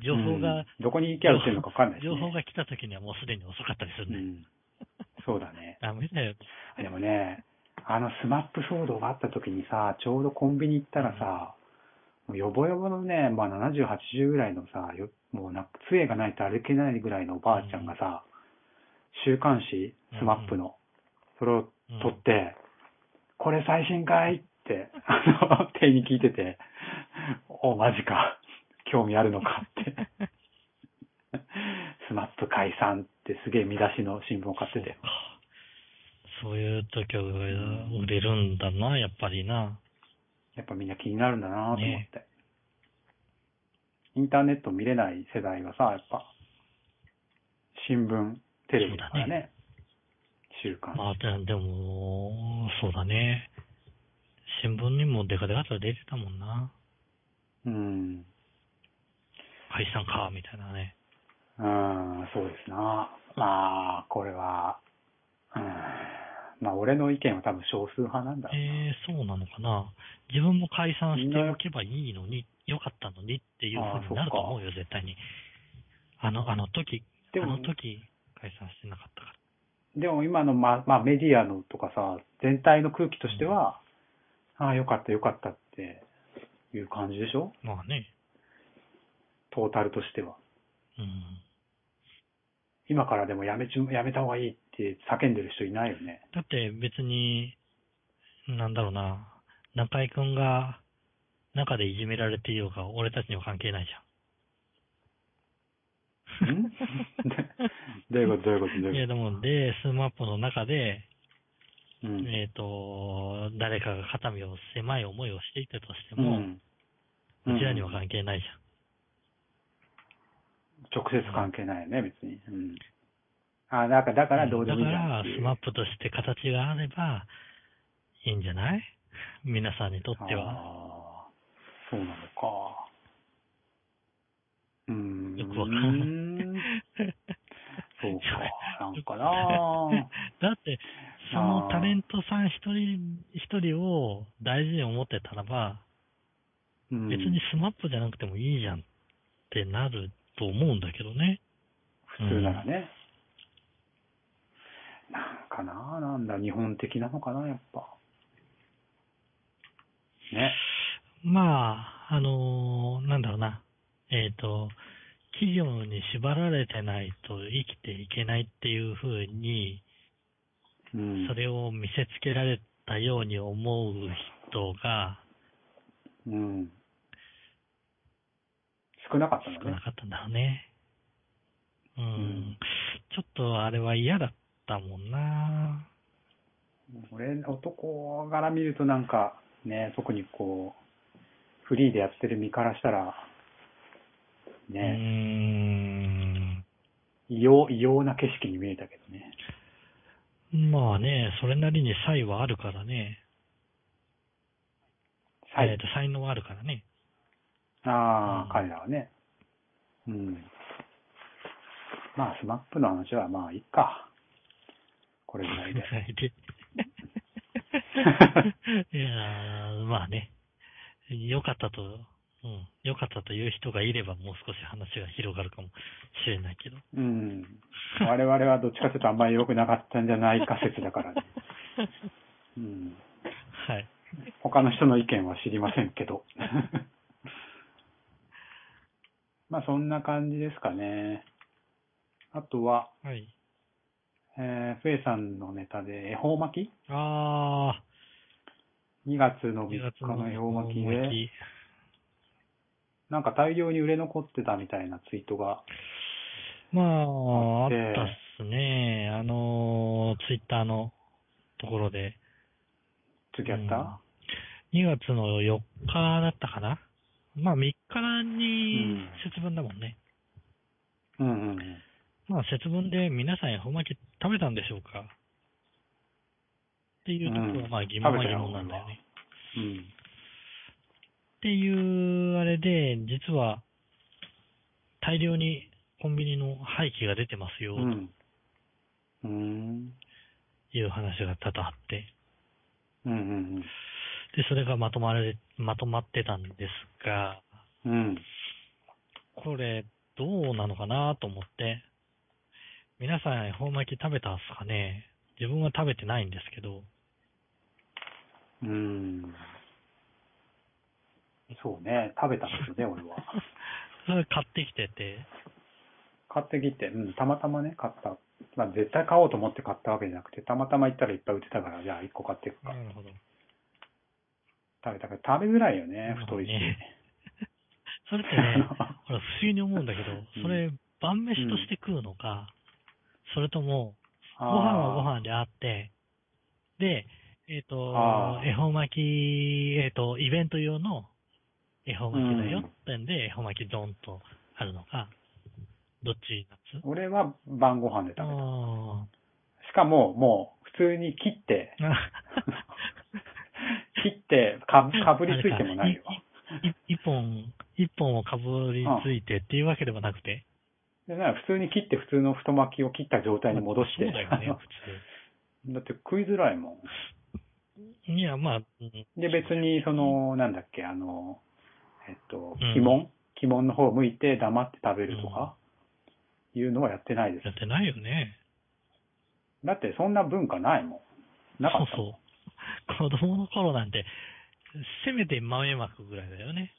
[SPEAKER 2] 情報が、
[SPEAKER 1] うんどこに行きゃ売ってるのか分かんないし、ね。
[SPEAKER 2] 情報が来た時にはもうすでに遅かったりする
[SPEAKER 1] う
[SPEAKER 2] ね。
[SPEAKER 1] ん。そうだね。
[SPEAKER 2] ダメだよ。
[SPEAKER 1] あでもね、あのスマップ騒動があった時にさ、ちょうどコンビニ行ったらさ、もうよぼよぼのね、まあ70、80ぐらいのさ、よもうなんか杖がないと歩けないぐらいのおばあちゃんがさ、週刊誌、スマップの、それを
[SPEAKER 2] うん
[SPEAKER 1] 撮って、これ最新かいって、あの、店員に聞いてて、お、マジか、興味あるのかって。スマップ解散ってすげえ見出しの新聞を買ってて。
[SPEAKER 2] そういう時は売れるんだな、やっぱりな。
[SPEAKER 1] やっぱみんな気になるんだなと思って。インターネット見れない世代はさ、やっぱ、新聞、テレビとかね、
[SPEAKER 2] そうだ
[SPEAKER 1] 週刊、
[SPEAKER 2] まあ、ででも、そうだね。新聞にもデカデカと出てたもんな。
[SPEAKER 1] うん。
[SPEAKER 2] 解散か、みたいなね。
[SPEAKER 1] うん、そうですな。まあ、これは、うん。まあ、俺の意見は多分少数派なんだろうな。
[SPEAKER 2] えー、そうなのかな。自分も解散しておけばいいのに、よかったのにっていうふうになると思うよ、絶対に。あの、あの時、あ
[SPEAKER 1] でも
[SPEAKER 2] の時、解散してなかったか
[SPEAKER 1] でも今の、ま、まあ、メディアのとかさ、全体の空気としては、ああ、よかったよかったっていう感じでしょ
[SPEAKER 2] ら。まあね。
[SPEAKER 1] トータルとしては。
[SPEAKER 2] うん。
[SPEAKER 1] 今からでもやめちゅやめた方がいいって叫んでる人いないよ
[SPEAKER 2] [laughs]
[SPEAKER 1] ね。
[SPEAKER 2] だって別に、なんだろうな。中居くんが、中でいじめられていようが、俺たちには関係ないじゃん。
[SPEAKER 1] ん [laughs] どういうことどういうことどう
[SPEAKER 2] い
[SPEAKER 1] い
[SPEAKER 2] や、
[SPEAKER 1] うこ
[SPEAKER 2] でも、で、スマップの中で、
[SPEAKER 1] とうん
[SPEAKER 2] えっ、と、誰かが肩身を狭い思いをしていたとして
[SPEAKER 1] う
[SPEAKER 2] も、
[SPEAKER 1] ん
[SPEAKER 2] うちらには
[SPEAKER 1] うん
[SPEAKER 2] 関係ないじ
[SPEAKER 1] 直接関係ないよね、別に。うん。あ、なんか、だか
[SPEAKER 2] ゃん。
[SPEAKER 1] らどうでもいいじ
[SPEAKER 2] だか
[SPEAKER 1] ゃんっ
[SPEAKER 2] ら
[SPEAKER 1] てい、う。
[SPEAKER 2] スマップとして形があれば、いいんじゃない皆さんにとっては。
[SPEAKER 1] あーそうなのか。うーん。
[SPEAKER 2] よくわかん
[SPEAKER 1] ない。 [laughs] そうか。なんかな
[SPEAKER 2] だって、そのタレントさん一人、一人を大事に思ってたらば、
[SPEAKER 1] うん
[SPEAKER 2] [laughs] 別にスマップじゃなくてもいいじゃんってなると思うんだけどね。
[SPEAKER 1] 普通ならね。なんかなあなんだ、日本的なのかな、やっぱ。ね。
[SPEAKER 2] まあ、あのーなんだろうな。えっ、と、企業に縛られてないと生きていけないっていうふうに、
[SPEAKER 1] うん。
[SPEAKER 2] それを見せつけられたように思う人が
[SPEAKER 1] うん。少なかったん
[SPEAKER 2] 少
[SPEAKER 1] だね
[SPEAKER 2] な。かったんだろうね。うん。
[SPEAKER 1] ん
[SPEAKER 2] ちょっとあれは嫌だったもんな。
[SPEAKER 1] 俺、男から見るとなんか、ね、特にこう、フリーでやってる身からしたら、
[SPEAKER 2] うー
[SPEAKER 1] ね、
[SPEAKER 2] ん。
[SPEAKER 1] 異様、異様な景色に見えたけどね。
[SPEAKER 2] まあね、それなりに才はあるからね。
[SPEAKER 1] は
[SPEAKER 2] えー
[SPEAKER 1] い
[SPEAKER 2] と。才能はあるからね。
[SPEAKER 1] ああ、
[SPEAKER 2] うん
[SPEAKER 1] 彼らはね。うん。まあ、スマップの話はまあ、いいか。これぐ [laughs]
[SPEAKER 2] [laughs]
[SPEAKER 1] らいで。
[SPEAKER 2] いやーまあね、良かったと、うん、良かったという人がいればもう少し話が広がるかもしれないけど。
[SPEAKER 1] うん。我々はどっちかというとあんまり良くなかったんじゃないか説だ [laughs] からね。うん。
[SPEAKER 2] [laughs] はい。
[SPEAKER 1] 他の人の意見は知りませんけど。 [laughs] まあ、そんな感じですかね。あとは、
[SPEAKER 2] はい。
[SPEAKER 1] えー、フェイさんのネタで恵方巻き
[SPEAKER 2] あ
[SPEAKER 1] ?2 月の
[SPEAKER 2] ー、
[SPEAKER 1] 3
[SPEAKER 2] 2月
[SPEAKER 1] 日
[SPEAKER 2] の
[SPEAKER 1] の恵方巻きで、
[SPEAKER 2] 日
[SPEAKER 1] なんか大量に売れ残ってたみたいなツイートが。
[SPEAKER 2] まあ、あ
[SPEAKER 1] あっ
[SPEAKER 2] ってたっすね。あのー、ツイッターのところで。
[SPEAKER 1] 次やった、
[SPEAKER 2] うん、?2 月の4日だったかなまあ3日に節分だもんね。
[SPEAKER 1] うん、うんうん
[SPEAKER 2] まあ節分で皆さん恵方巻き食べたんでしょうかっていうところは、
[SPEAKER 1] うん
[SPEAKER 2] まあ疑問は
[SPEAKER 1] 食べ
[SPEAKER 2] 疑
[SPEAKER 1] たよ
[SPEAKER 2] 問なんだよね。
[SPEAKER 1] うん。
[SPEAKER 2] っていうあれで、実は大量にコンビニの廃棄が出てますよ
[SPEAKER 1] う、ん。うん。
[SPEAKER 2] という話が多々あって。
[SPEAKER 1] うんうん
[SPEAKER 2] で、それがまとまれ、まとまってたんですが、
[SPEAKER 1] うん。うん。
[SPEAKER 2] これ、どうなのかなと思って、皆さん、恵方巻き食べたんすかね自分は食べてないんですけど、
[SPEAKER 1] うん。そうね。食べたんですよね、俺は。
[SPEAKER 2] それ買ってきてて、
[SPEAKER 1] 買ってきて、うん、たまたまね、買った。まあ、絶対買おうと思って買ったわけじゃなくて、たまたま行ったらいっぱい売ってたから、じゃあ1個買っていくか
[SPEAKER 2] な。るほど。
[SPEAKER 1] 食べたから食べづらいよね、太いし。 [laughs]
[SPEAKER 2] それってね、ほら、不思議に思うんだけど、それ、晩飯として食うのか、それとも、
[SPEAKER 1] ご
[SPEAKER 2] ご飯はご飯であって、で、えっ、と
[SPEAKER 1] あ、ー
[SPEAKER 2] 恵方巻き、えっ、と、イベント用の恵方巻きだよってんで、恵方巻きドンとあるのか、どっちなんです
[SPEAKER 1] 俺は晩ご飯で
[SPEAKER 2] あ
[SPEAKER 1] 食べた。しかも、もう、普通に切って、
[SPEAKER 2] ー
[SPEAKER 1] 切ってか、かぶりついてもないよ。
[SPEAKER 2] [laughs] い一本、一本をかぶりついてっていうわけではなくて。
[SPEAKER 1] でなんか普通に切って、普通の太巻きを切った状態に戻して。
[SPEAKER 2] そうだよね、
[SPEAKER 1] [laughs] だって食いづらいも
[SPEAKER 2] 普通。いや、まあ、うん
[SPEAKER 1] ん。で、別に、その、なんだっけ、あの、えっと
[SPEAKER 2] うん、
[SPEAKER 1] 鬼門、鬼門の方向いて黙って食べるとか、いうのはやってないです
[SPEAKER 2] や。ってないよね。
[SPEAKER 1] だって、そんな文化ないもん。なかったもん。
[SPEAKER 2] そうそう。子供の頃なんて、せめて豆まくぐらいだよね。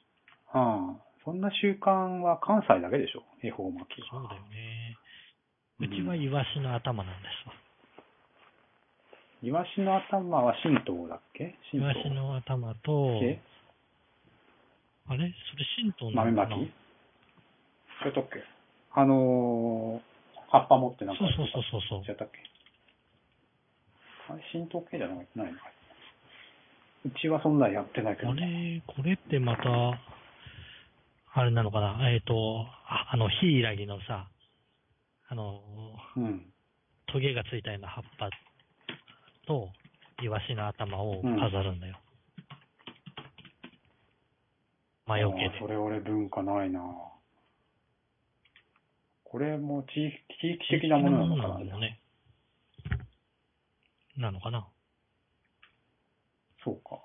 [SPEAKER 1] うん。そんな習慣は関西だけでしょ、恵方巻き。
[SPEAKER 2] そうだよね。
[SPEAKER 1] う
[SPEAKER 2] うんちはイワシの頭なんですわ。
[SPEAKER 1] イワシの頭は神道だっけ
[SPEAKER 2] イ
[SPEAKER 1] 神
[SPEAKER 2] ワ
[SPEAKER 1] 道。
[SPEAKER 2] シの頭と、
[SPEAKER 1] え
[SPEAKER 2] あれそれ神道な
[SPEAKER 1] 豆
[SPEAKER 2] の
[SPEAKER 1] ま
[SPEAKER 2] か
[SPEAKER 1] き
[SPEAKER 2] な
[SPEAKER 1] それとっけあのー、葉っぱ持ってなんか
[SPEAKER 2] そうそうそうそうそう。
[SPEAKER 1] 違ったっけあれ、浸透系じゃないないのかうちはそんなんやってないけど
[SPEAKER 2] あ
[SPEAKER 1] ね。
[SPEAKER 2] れ、これってまた、あれなのかなえっ、と、ああの、ヒイラギのさ、あの、
[SPEAKER 1] うん。
[SPEAKER 2] トゲがついたような葉っぱと、イワシの頭を飾るんだよ。魔除け
[SPEAKER 1] あーそ
[SPEAKER 2] で。
[SPEAKER 1] れ俺文化ないなぁこれも地域地域的なものなのか
[SPEAKER 2] 地域的なものなんだ
[SPEAKER 1] な
[SPEAKER 2] よね。なのかな
[SPEAKER 1] そうか。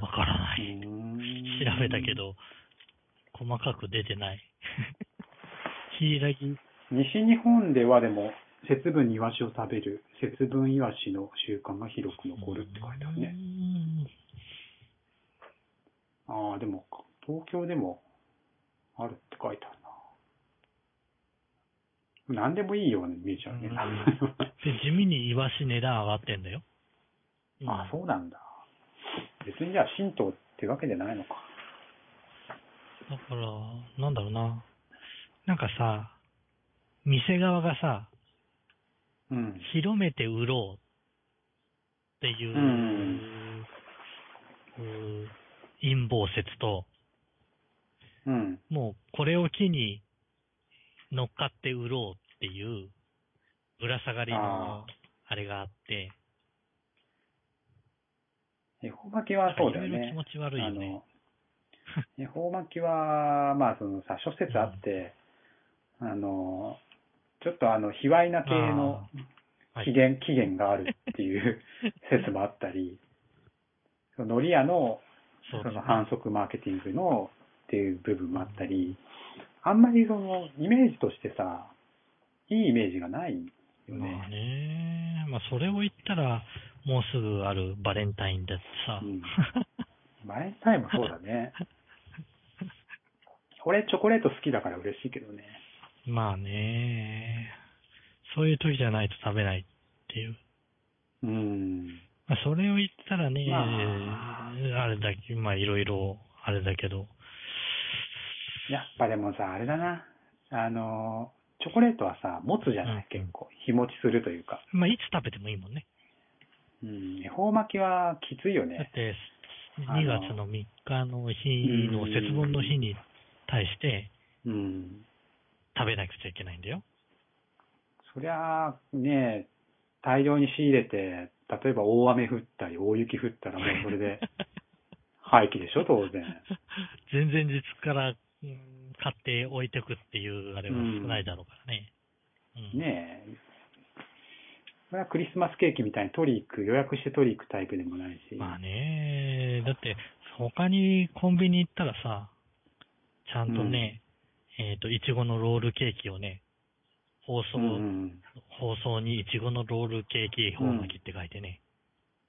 [SPEAKER 2] わからな
[SPEAKER 1] う
[SPEAKER 2] い。
[SPEAKER 1] ーん
[SPEAKER 2] 調べたけ。ど、細かく出て
[SPEAKER 1] [laughs]
[SPEAKER 2] ない。ヒイラギ、
[SPEAKER 1] 西日本ではでも、節分にイワシを食べる、節分イワシの習慣が広く残るって書いてあるね。ああ、でも、東京でもあるって書いてあるな。なんでもいいように見えちゃうね。 [laughs]
[SPEAKER 2] うんで、地味にイワシ値段上がってんだよ。
[SPEAKER 1] あそうなんだ。別にじゃあ、神道ってわけじゃないのか。
[SPEAKER 2] うんだから、なんだろうな。なんかさ、店側がさ、
[SPEAKER 1] うん。
[SPEAKER 2] 広めて売ろうっていう、
[SPEAKER 1] うん
[SPEAKER 2] うん陰謀説と、
[SPEAKER 1] うん。
[SPEAKER 2] もうこれを機に乗っかって売ろうっていうぶら下がり
[SPEAKER 1] あ
[SPEAKER 2] の、あれがあって、
[SPEAKER 1] 恵方巻きはそうだよ
[SPEAKER 2] なんかいろいろ気
[SPEAKER 1] ね
[SPEAKER 2] 持。ち悪いよね。
[SPEAKER 1] あの、恵方巻きは、まあそのさ、諸説あって、あの、ちょっとあの、卑猥な系の
[SPEAKER 2] あーはい
[SPEAKER 1] 起源、起源があるっていう [laughs] 説もあったり、そのり屋の
[SPEAKER 2] そう
[SPEAKER 1] そ
[SPEAKER 2] です
[SPEAKER 1] の
[SPEAKER 2] ね。
[SPEAKER 1] 反則マーケティングのっていう部分もあったり、あんまりそのイメージとしてさ、いいイメージがないよ
[SPEAKER 2] ま
[SPEAKER 1] ね。
[SPEAKER 2] あね、まあそれを言ったら、もうすぐあるバレンタインだってさ。
[SPEAKER 1] うんバレンタインもそうだ
[SPEAKER 2] [laughs]
[SPEAKER 1] ね。俺チョコレート好きだから嬉しいけどね。
[SPEAKER 2] [laughs] まあね、そういう時じゃないと食べないっていう。
[SPEAKER 1] うん。
[SPEAKER 2] まあそれを言ったらね、
[SPEAKER 1] ま
[SPEAKER 2] あ、れだけ、まあいろいろあれだけど、
[SPEAKER 1] やっぱでもさ、あれだな。あの、チョコレートはさ、持つじゃない、
[SPEAKER 2] うん
[SPEAKER 1] 結構。日持ちするというか。
[SPEAKER 2] まあいつ食べてもいいもんね。
[SPEAKER 1] うん。恵方巻きはきついよ
[SPEAKER 2] だっ
[SPEAKER 1] ね。
[SPEAKER 2] て、
[SPEAKER 1] あの
[SPEAKER 2] 2月の3日の日の節分の日に対して
[SPEAKER 1] うん。
[SPEAKER 2] 食べなくちゃいけないんだ
[SPEAKER 1] [laughs]
[SPEAKER 2] よ。
[SPEAKER 1] そりゃあね、大量に仕入れて、例えば大雨降ったり、大雪降ったらもうそれ
[SPEAKER 2] [laughs]
[SPEAKER 1] で廃棄でしょ、当然。
[SPEAKER 2] 前々日から、うん買って置いておくっていうあれは少ないだろうからね。うん
[SPEAKER 1] ねえ。それはクリスマスケーキみたいに取り行く、予約して取り行くタイプでもないし。
[SPEAKER 2] まあね、だって他にコンビニ行ったらさ、ちゃんとね、えっ、と、いちごのロールケーキをね、包装、
[SPEAKER 1] うんうん
[SPEAKER 2] 包装にいちごのロールケーキ恵方巻きって書いてね、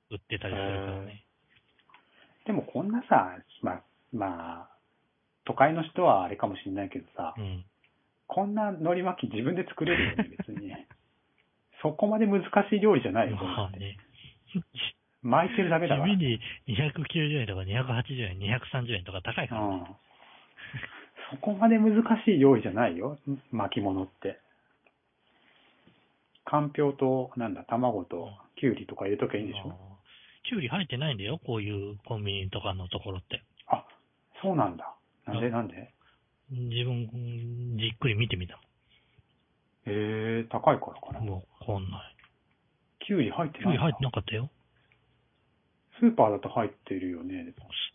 [SPEAKER 2] 売ってたりするからね。
[SPEAKER 1] でもこんなさ、まあ、まあ、都会の人はあれかもしれないけどさ、
[SPEAKER 2] うん。
[SPEAKER 1] こんな海苔巻き自分で作れるよね、別
[SPEAKER 2] [laughs]
[SPEAKER 1] に。そこまで難しい料理じゃないよ、これ
[SPEAKER 2] まあね。
[SPEAKER 1] 巻いてるだけ
[SPEAKER 2] 地
[SPEAKER 1] だから。
[SPEAKER 2] 味に290円とか280円、230円とか高いからね。
[SPEAKER 1] うんそこまで難しい料理じゃないよ、巻物って。かんぴょうと、なんだ、卵と、きゅうりとか入れときゃいいんでしょ、
[SPEAKER 2] あーきゅうり入ってないんだよ、こういうコンビニとかのところって。
[SPEAKER 1] あ、そうなんだ。なん
[SPEAKER 2] う
[SPEAKER 1] で
[SPEAKER 2] ん
[SPEAKER 1] なんでへ
[SPEAKER 2] 自分、うんじっくり見てみた
[SPEAKER 1] えー、高いからか
[SPEAKER 2] も。。
[SPEAKER 1] なん
[SPEAKER 2] もう、こんない。
[SPEAKER 1] きゅうり入って
[SPEAKER 2] きゅう
[SPEAKER 1] な
[SPEAKER 2] り
[SPEAKER 1] い
[SPEAKER 2] 入
[SPEAKER 1] な
[SPEAKER 2] ってなかったよ。
[SPEAKER 1] スーパーだと入ってるよね。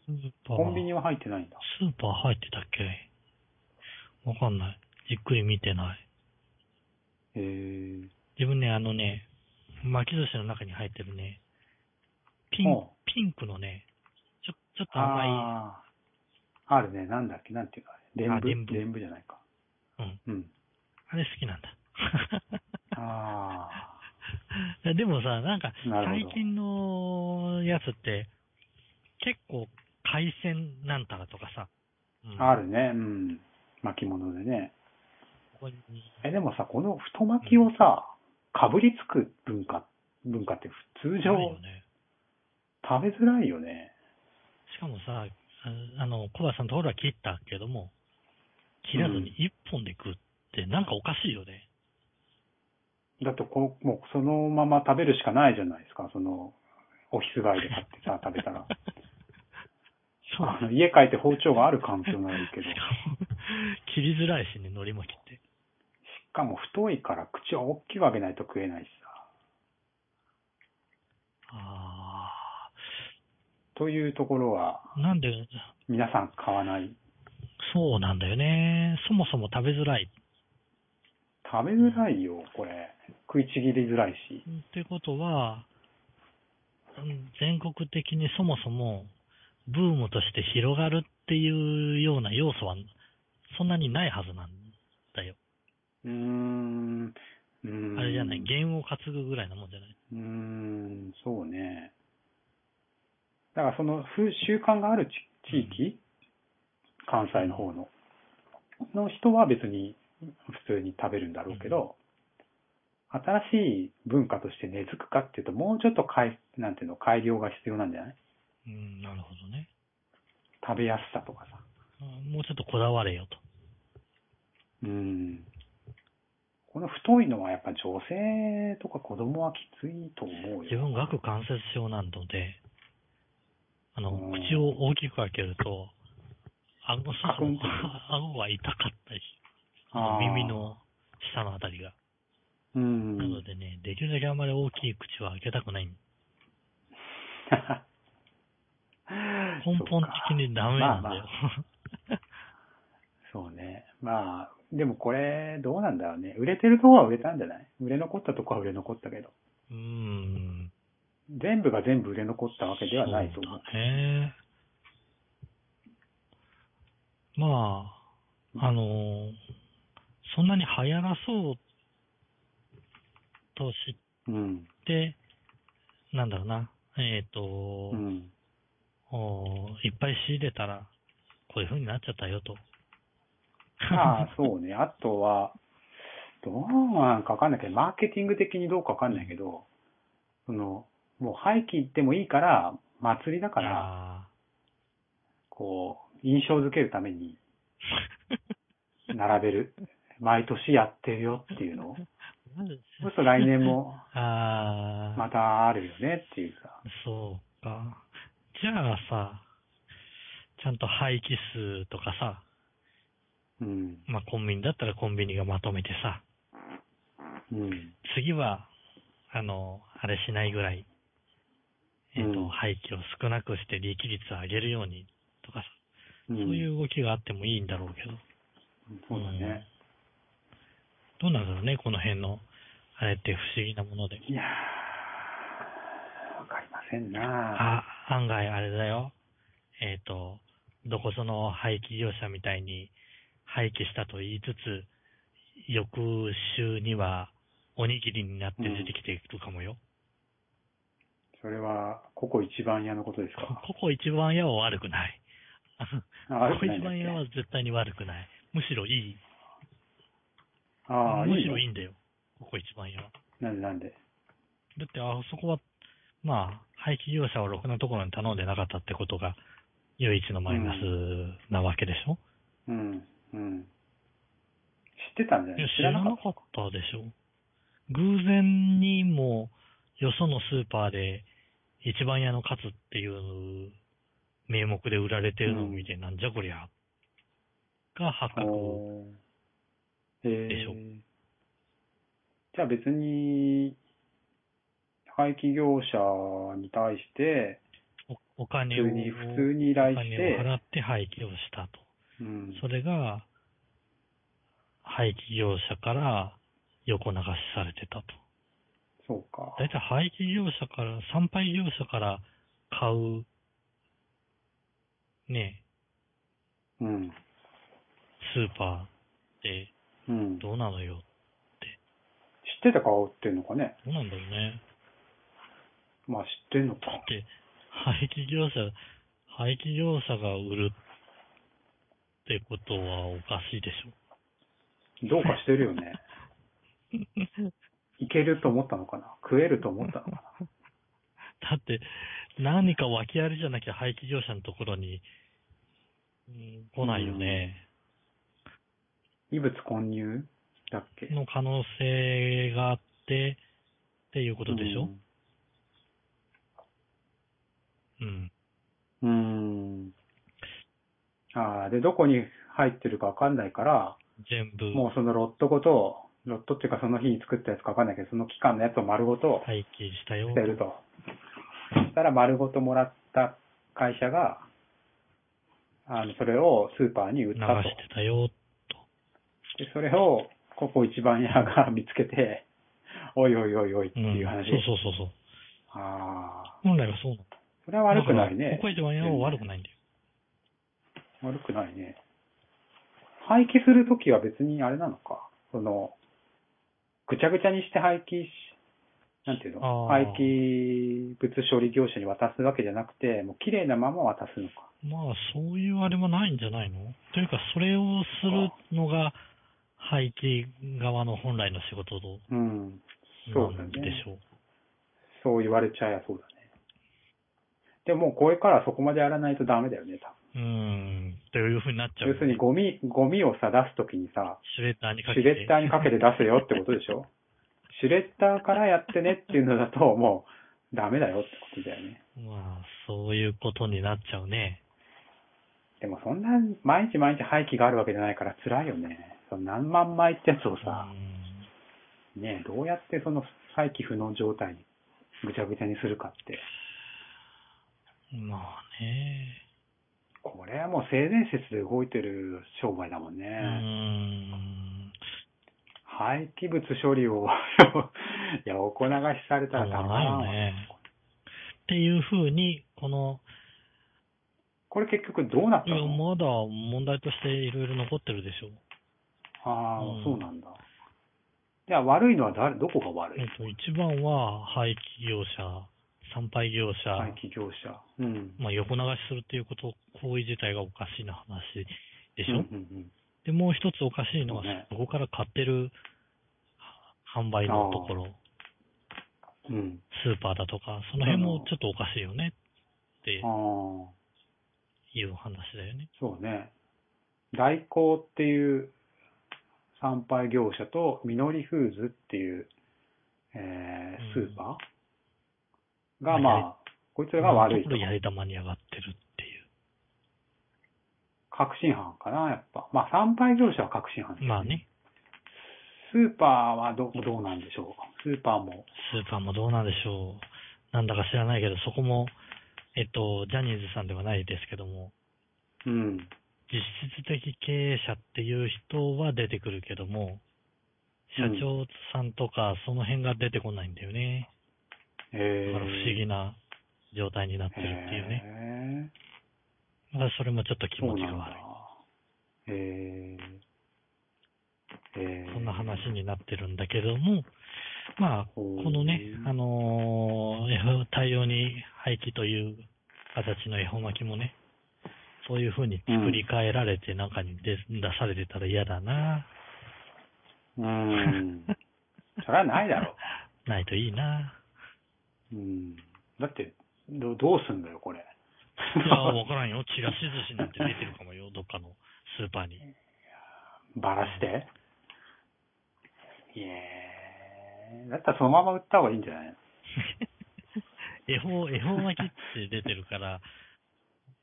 [SPEAKER 2] スーパー。
[SPEAKER 1] コンビニは入ってないんだ。
[SPEAKER 2] スーパー入ってたっけわかんない。じっくり見てない。
[SPEAKER 1] へえー、
[SPEAKER 2] 自分ね、あのね、巻き寿司の中に入ってるね、ピン
[SPEAKER 1] おう、
[SPEAKER 2] ピンクのね、ちょ、ちょっと甘い、
[SPEAKER 1] あーあるね、なんだっけ、なんていうか、でん
[SPEAKER 2] あ
[SPEAKER 1] ぶ、
[SPEAKER 2] でんぶ
[SPEAKER 1] でんぶじゃないか。
[SPEAKER 2] うん。
[SPEAKER 1] うん。
[SPEAKER 2] あれ好きなんだ。
[SPEAKER 1] あ [laughs]
[SPEAKER 2] でもさ、なんか、
[SPEAKER 1] なるほど
[SPEAKER 2] 最近のやつって、結構、海鮮なんたらとかさ。うん
[SPEAKER 1] あ、あ。るね、うん。巻物でね。
[SPEAKER 2] ここに
[SPEAKER 1] え、でもさ、この太巻きをさ、かぶりつく文化、文化って普通
[SPEAKER 2] ない
[SPEAKER 1] 上
[SPEAKER 2] よね。
[SPEAKER 1] 食べづらいよね。
[SPEAKER 2] しかもさ、ああの、小林さんのところは切ったけども、切らずに一本で食うって、なんかおかしいよね。
[SPEAKER 1] だってこう、もうそのまま食べるしかないじゃないですか、その、オフィス街で買ってさ、食べたら。
[SPEAKER 2] [laughs] そう。
[SPEAKER 1] あの家帰って包丁がある環境なんだけど、し
[SPEAKER 2] しかも、 [laughs] 切りづらいしね、海苔巻きって。
[SPEAKER 1] かも太いから口を大きく開けないと食えないしさ、
[SPEAKER 2] あ
[SPEAKER 1] というところは、
[SPEAKER 2] あ。なんで、
[SPEAKER 1] 皆さん買わない。
[SPEAKER 2] そうなんだよね。そもそも食べづらい。
[SPEAKER 1] 食べづらいよ、これ。食いちぎりづらいし。
[SPEAKER 2] ってことは、うん全国的にそもそも、ブームとして広がるっていうような要素は、そんなにないはずなんだよ。
[SPEAKER 1] うーん。うーん
[SPEAKER 2] あれじゃない、弦を担ぐぐらいなもんじゃないう
[SPEAKER 1] ーん、そうね。だからその風習慣がある地地域、関西の方の、の人は別に普通に食べるんだろうけど、新しい文化として根付くかっていうと、もうちょっと改、なんていうの、改良が必要なんじゃない
[SPEAKER 2] うん、なるほどね。
[SPEAKER 1] 食べやすさとかさ。
[SPEAKER 2] うんもうちょっとこだわれよと。
[SPEAKER 1] うん。この太いのはやっぱ女性とか子供はきついと思う
[SPEAKER 2] 自
[SPEAKER 1] よ。
[SPEAKER 2] 分、顎関節症なので、あの、
[SPEAKER 1] うん
[SPEAKER 2] 口を大きく開けると、顎の
[SPEAKER 1] カクンと
[SPEAKER 2] 顎が痛かったりし、
[SPEAKER 1] あー
[SPEAKER 2] 耳の下のあたりが。
[SPEAKER 1] う
[SPEAKER 2] なの
[SPEAKER 1] ん。
[SPEAKER 2] でね、できるだけあんまり大きい口は開けたくない。 [laughs] 根本的にダメなんだよ。
[SPEAKER 1] そうか。そうね。まあ、でもこれ、どうなんだろうね。売れてるとこは売れたんじゃない売れ残ったとこは売れ残ったけど。
[SPEAKER 2] うーん。
[SPEAKER 1] 全部が全部売れ残ったわけではないと思う
[SPEAKER 2] そ。だね。まあ、あのーそんなに流行らそうとし
[SPEAKER 1] うん。
[SPEAKER 2] て、なんだろうな。えっ、と、
[SPEAKER 1] うん。
[SPEAKER 2] おーいっぱい仕入れたら、こういう風になっちゃったよと。
[SPEAKER 1] まあ、そう
[SPEAKER 2] [laughs]
[SPEAKER 1] ね。あとは、どうなんかわかんないけど、マーケティング的にどうかわかんないけど、その、もう廃棄ってもいいから、祭りだ
[SPEAKER 2] [laughs]
[SPEAKER 1] から、
[SPEAKER 2] あ
[SPEAKER 1] こう、印象づけるため
[SPEAKER 2] [laughs]
[SPEAKER 1] に、並べる。毎年やってるよっていうのを。
[SPEAKER 2] ーなんで
[SPEAKER 1] そうすると来年も、
[SPEAKER 2] あー
[SPEAKER 1] またあるよねっていうさ。
[SPEAKER 2] そうか。じゃあさ、ちゃんと廃棄数とかさ、
[SPEAKER 1] うん。
[SPEAKER 2] まあ、コンビニだったらコンビニがまとめてさ、
[SPEAKER 1] うん。
[SPEAKER 2] 次は、あの、あれしないぐらい、えっ、と、
[SPEAKER 1] うん
[SPEAKER 2] 廃棄を少なくして利益率を上げるようにとかさ、
[SPEAKER 1] うん、
[SPEAKER 2] そういう動きがあってもいいんだろうけど、
[SPEAKER 1] そうだね。
[SPEAKER 2] どうなんだろうね、この辺の、あれって不思議なもので。
[SPEAKER 1] いやー、わかりませんな
[SPEAKER 2] あ、案外あれだよ。えっ、と、どこその廃棄業者みたいに廃棄したと言いつつ、翌週にはおにぎりになって出てきてくるかもよ。
[SPEAKER 1] それは、ここ一番嫌のことですか
[SPEAKER 2] ここ一番屋は悪くない。
[SPEAKER 1] あ
[SPEAKER 2] こ
[SPEAKER 1] 悪
[SPEAKER 2] こ
[SPEAKER 1] くない
[SPEAKER 2] 一
[SPEAKER 1] んだっけ
[SPEAKER 2] 番屋は絶対に悪くない。むしろいい。
[SPEAKER 1] ああ、
[SPEAKER 2] む
[SPEAKER 1] いい
[SPEAKER 2] し
[SPEAKER 1] の
[SPEAKER 2] ろいいんだよ。ここ一番屋は。
[SPEAKER 1] なんでなんで。
[SPEAKER 2] だってあそこは、まあ、廃棄業者はろくなところに頼んでなかったってことが唯一のマイナスなわけでしょ、
[SPEAKER 1] うん、うん。知ってたんじゃ
[SPEAKER 2] い
[SPEAKER 1] な
[SPEAKER 2] や
[SPEAKER 1] い
[SPEAKER 2] 知らなかったでしょ。偶然にも、よそのスーパーで、一番屋のカツっていう名目で売られてるのを見て、なんじゃこりゃ、が発覚。
[SPEAKER 1] おーへ
[SPEAKER 2] でしょ
[SPEAKER 1] え。じゃあ別に、廃棄業者に対して、
[SPEAKER 2] おお金を、
[SPEAKER 1] 普通に、普通に依頼
[SPEAKER 2] お
[SPEAKER 1] し
[SPEAKER 2] 金を
[SPEAKER 1] て、
[SPEAKER 2] 払って廃棄をしたと。
[SPEAKER 1] うん、
[SPEAKER 2] それが、廃棄業者から横流しされてたと。
[SPEAKER 1] そうか。
[SPEAKER 2] だいたい廃棄業者から、参拝業者から買う、ねえ、
[SPEAKER 1] うん、
[SPEAKER 2] スーパーって
[SPEAKER 1] うん。知っ
[SPEAKER 2] どうなのよ。
[SPEAKER 1] てた顔っていうのかね。
[SPEAKER 2] どうなんだろうね。
[SPEAKER 1] まあ知ってんの
[SPEAKER 2] だ
[SPEAKER 1] か
[SPEAKER 2] っ。て、廃棄業者、廃棄業者が売るってことはおかしいでしょ。
[SPEAKER 1] どうかしてるよ
[SPEAKER 2] [laughs]
[SPEAKER 1] ね。いけると思ったのかな食えると思ったのかな
[SPEAKER 2] だって、何か訳ありじゃなきゃ廃棄業者のところに、うん来ないよね。
[SPEAKER 1] 異物混入だっけ
[SPEAKER 2] の可能性があって、っていうことでしょ、うん、
[SPEAKER 1] うん。うんああ、で、どこに入ってるかわかんないから、
[SPEAKER 2] 全部、
[SPEAKER 1] もうそのロットごと、ロットっていうかその日に作ったやつかわかんないけど、その期間のやつを丸ごと
[SPEAKER 2] 廃棄したよ
[SPEAKER 1] 捨て。ると。そしたら丸ごともらった会社が、あの、それをスーパーに売っ
[SPEAKER 2] 流
[SPEAKER 1] たと。
[SPEAKER 2] してたよ。
[SPEAKER 1] で、それを、ここ一番屋が [laughs] 見つけて、おいおいおいおいって
[SPEAKER 2] うん、
[SPEAKER 1] いう話。
[SPEAKER 2] そうそうそうそう。
[SPEAKER 1] ああ、
[SPEAKER 2] 本来はそうなの。
[SPEAKER 1] それは悪くない
[SPEAKER 2] だから
[SPEAKER 1] ね
[SPEAKER 2] ここ。一番やは悪くないんだよ。
[SPEAKER 1] 悪くないね。廃棄するときは別にあれなのか。その、ぐちゃぐちゃにして廃棄し、なんていうの
[SPEAKER 2] あー
[SPEAKER 1] 廃棄物処理業者に渡すわけじゃなくて、もう綺麗なまま渡すのか。
[SPEAKER 2] まあ、そういうあれはないんじゃないのというか、それをするのが、廃棄側の本来の仕事
[SPEAKER 1] うん。そうだ
[SPEAKER 2] なんで
[SPEAKER 1] ね
[SPEAKER 2] し。ょう。
[SPEAKER 1] そう言われちゃえばそうだね。でももうこれからそこまでやらないとダメだよね、多分。
[SPEAKER 2] うーん、というふうになっちゃう。
[SPEAKER 1] 要するにゴミ、ゴミをさ出すときにさ、
[SPEAKER 2] シュレッダーにか
[SPEAKER 1] シ
[SPEAKER 2] け
[SPEAKER 1] ュ
[SPEAKER 2] て。
[SPEAKER 1] レッダーにかけて出せよってことでし
[SPEAKER 2] [laughs]
[SPEAKER 1] ょシュレッダーからやってねっていうのだともうダメだよってことだよね。
[SPEAKER 2] [laughs] まあ、そういうことになっちゃうね。
[SPEAKER 1] でもそんな毎日毎日廃棄があるわけじゃないから辛いよね。その何万枚ってやつを
[SPEAKER 2] うー
[SPEAKER 1] さ、
[SPEAKER 2] ん
[SPEAKER 1] ね、どうやってその再起不能状態にぐちゃぐちゃにするかって、
[SPEAKER 2] まあね。
[SPEAKER 1] これはもう性善説で動いてる商売だもんね。
[SPEAKER 2] うーん。
[SPEAKER 1] 廃棄物処理を [laughs] いや、横流しされたらたまらんわ
[SPEAKER 2] たまらんよねっていうふうに、この、
[SPEAKER 1] これ結局どうなっ
[SPEAKER 2] い
[SPEAKER 1] た
[SPEAKER 2] や
[SPEAKER 1] の
[SPEAKER 2] まだ問題としていろいろ残ってるでしょ。
[SPEAKER 1] ああ、
[SPEAKER 2] うん
[SPEAKER 1] そうなんだ。じゃあ悪いのは誰、どこが悪
[SPEAKER 2] え
[SPEAKER 1] い
[SPEAKER 2] っと、一番は廃棄業者、産廃業者、
[SPEAKER 1] 廃棄業者。うん。
[SPEAKER 2] まあ、横流しするっていうこと、行為自体がおかしいな話でし
[SPEAKER 1] うん
[SPEAKER 2] ょ、
[SPEAKER 1] うん
[SPEAKER 2] で、もう一つおかしいのは、
[SPEAKER 1] そうね
[SPEAKER 2] そこから買ってる販売のところ、
[SPEAKER 1] うん。うん。
[SPEAKER 2] スーパーだとか、その辺もちょっとおかしいよねって
[SPEAKER 1] ああ、
[SPEAKER 2] いう話だよね。
[SPEAKER 1] そうね。代行っていう参拝業者と、みのりフーズっていう、えー、
[SPEAKER 2] うん
[SPEAKER 1] スーパーが、
[SPEAKER 2] まあや
[SPEAKER 1] まあ、こいつらが悪い
[SPEAKER 2] と
[SPEAKER 1] と
[SPEAKER 2] こ。ろやり玉に上がってるっていう。
[SPEAKER 1] 確信犯かな、やっぱ。まあ、参拝業者は確信犯ですよ
[SPEAKER 2] まあね、
[SPEAKER 1] スーパーはどどうなんでしょう。スーパーも。
[SPEAKER 2] スーパーもどうなんでしょう。なんだか知らないけど、そこも、えっと、ジャニーズさんではないですけども、
[SPEAKER 1] うん。
[SPEAKER 2] 実質的経営者っていう人は出てくるけども、社長さんとか、その辺が出てこないんだよね。
[SPEAKER 1] えー、
[SPEAKER 2] だから不思議な状態になってるっていうね。
[SPEAKER 1] ね。
[SPEAKER 2] だからそれもちょっと気
[SPEAKER 1] そ
[SPEAKER 2] 持
[SPEAKER 1] う
[SPEAKER 2] ち
[SPEAKER 1] な
[SPEAKER 2] が
[SPEAKER 1] ん
[SPEAKER 2] 悪
[SPEAKER 1] だ。えー、え
[SPEAKER 2] い。
[SPEAKER 1] ー、
[SPEAKER 2] そんな話になってるんだけども、まあ、
[SPEAKER 1] ほう
[SPEAKER 2] このね、あのー絵 [laughs] 本大量に廃棄という形の恵方巻きもね、そういう風に作り変えられて中に出,、出されてたら嫌だな、
[SPEAKER 1] うーん。それはないだろ
[SPEAKER 2] ないといいな。
[SPEAKER 1] う。うん。だって、どどうすんだよ、これ。
[SPEAKER 2] いや、わからんよ。ちらし寿司なんて出てるかもよ、どっかのスーパ
[SPEAKER 1] [laughs]
[SPEAKER 2] ーに。
[SPEAKER 1] [laughs] バラして。いえー、だったらそのまま売った方がいいんじゃない
[SPEAKER 2] 恵方、恵方巻きって出てるから、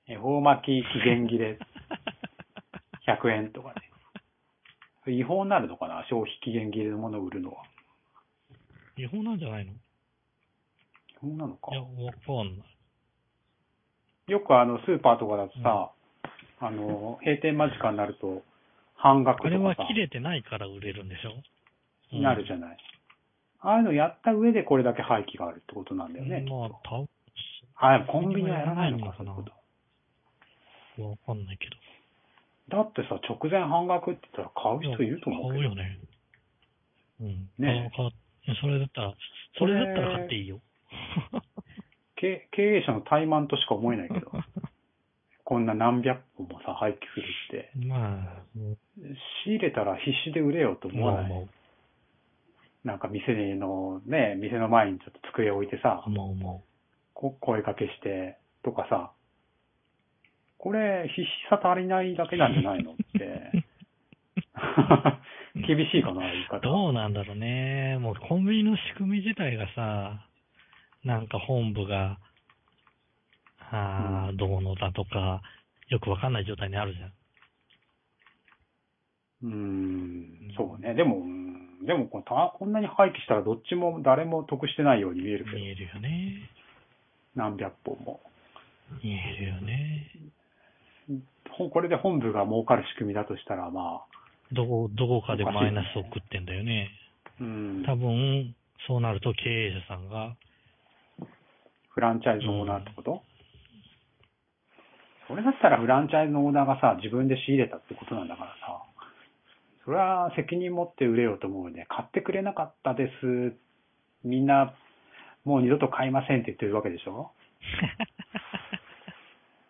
[SPEAKER 1] 恵方巻き期限切
[SPEAKER 2] [laughs]
[SPEAKER 1] れ100円とかね。それ違法になるのかな消費期限切れのものを売るのは。
[SPEAKER 2] 違法なんじゃないのい
[SPEAKER 1] 違法なのか
[SPEAKER 2] や、。わかんない。
[SPEAKER 1] よくあの、スーパーとかだとさ、あの、閉店間近になると、半額と
[SPEAKER 2] あれ
[SPEAKER 1] か
[SPEAKER 2] は
[SPEAKER 1] さ、
[SPEAKER 2] 切れてないから売れるんでしょうん
[SPEAKER 1] なるじゃない。ああいうのやった上でこれだけ廃棄があるってことなんだよね。
[SPEAKER 2] まあ、たわ
[SPEAKER 1] あ、でもコンビニはやらないのか、そ
[SPEAKER 2] コンビニはや
[SPEAKER 1] ん
[SPEAKER 2] らないのか
[SPEAKER 1] な
[SPEAKER 2] な
[SPEAKER 1] こと。
[SPEAKER 2] かんないけど。
[SPEAKER 1] だってさ、直前半額って言ったら買う人いると思う
[SPEAKER 2] 買
[SPEAKER 1] けど。
[SPEAKER 2] うよね。うん。
[SPEAKER 1] ねえ
[SPEAKER 2] 買う買うそれだったら、それだったら買っていいよ。
[SPEAKER 1] け経営者の怠慢としか思えないけ
[SPEAKER 2] [laughs]
[SPEAKER 1] ど。こんな何百本もさ、廃棄するって。
[SPEAKER 2] まあ、うん
[SPEAKER 1] 仕入れたら必死で売れようと思
[SPEAKER 2] ま
[SPEAKER 1] わ
[SPEAKER 2] あ
[SPEAKER 1] ない。
[SPEAKER 2] 思う。
[SPEAKER 1] なんか店のね、店の前にちょっと机置いてさ、
[SPEAKER 2] 思う思。
[SPEAKER 1] こ声かけしてとかさ、これ必死さ足りないだけなんじゃないの [laughs] って。厳しいかな、言いう方。
[SPEAKER 2] どうなんだろうね。もうコンビニの仕組み自体がさ、なんか本部が、ああ、
[SPEAKER 1] うん
[SPEAKER 2] どうのだとか、よくわかんない状態にあるじゃん。
[SPEAKER 1] うーん、そうね。でも、うんでもこのたこんなに廃棄したらどっちも誰も得してないように見えるけど
[SPEAKER 2] 見、えるよね。
[SPEAKER 1] 何百本も。
[SPEAKER 2] 見えるよね。
[SPEAKER 1] ほんこれで本部が儲かる仕組みだとしたら、まあ、
[SPEAKER 2] どこ、どこかでマイナスを食ってんだよね。
[SPEAKER 1] うん、
[SPEAKER 2] 多分、そうなると経営者さんが、
[SPEAKER 1] フランチャイズのオーナーってこと、それだったらフランチャイズのオーナーがさ、自分で仕入れたってことなんだからさ、それは責任持って売れようと思うよね。買ってくれなかったです。みんな、もう二度と買いませんって言ってるわけでし
[SPEAKER 2] [laughs]
[SPEAKER 1] ょ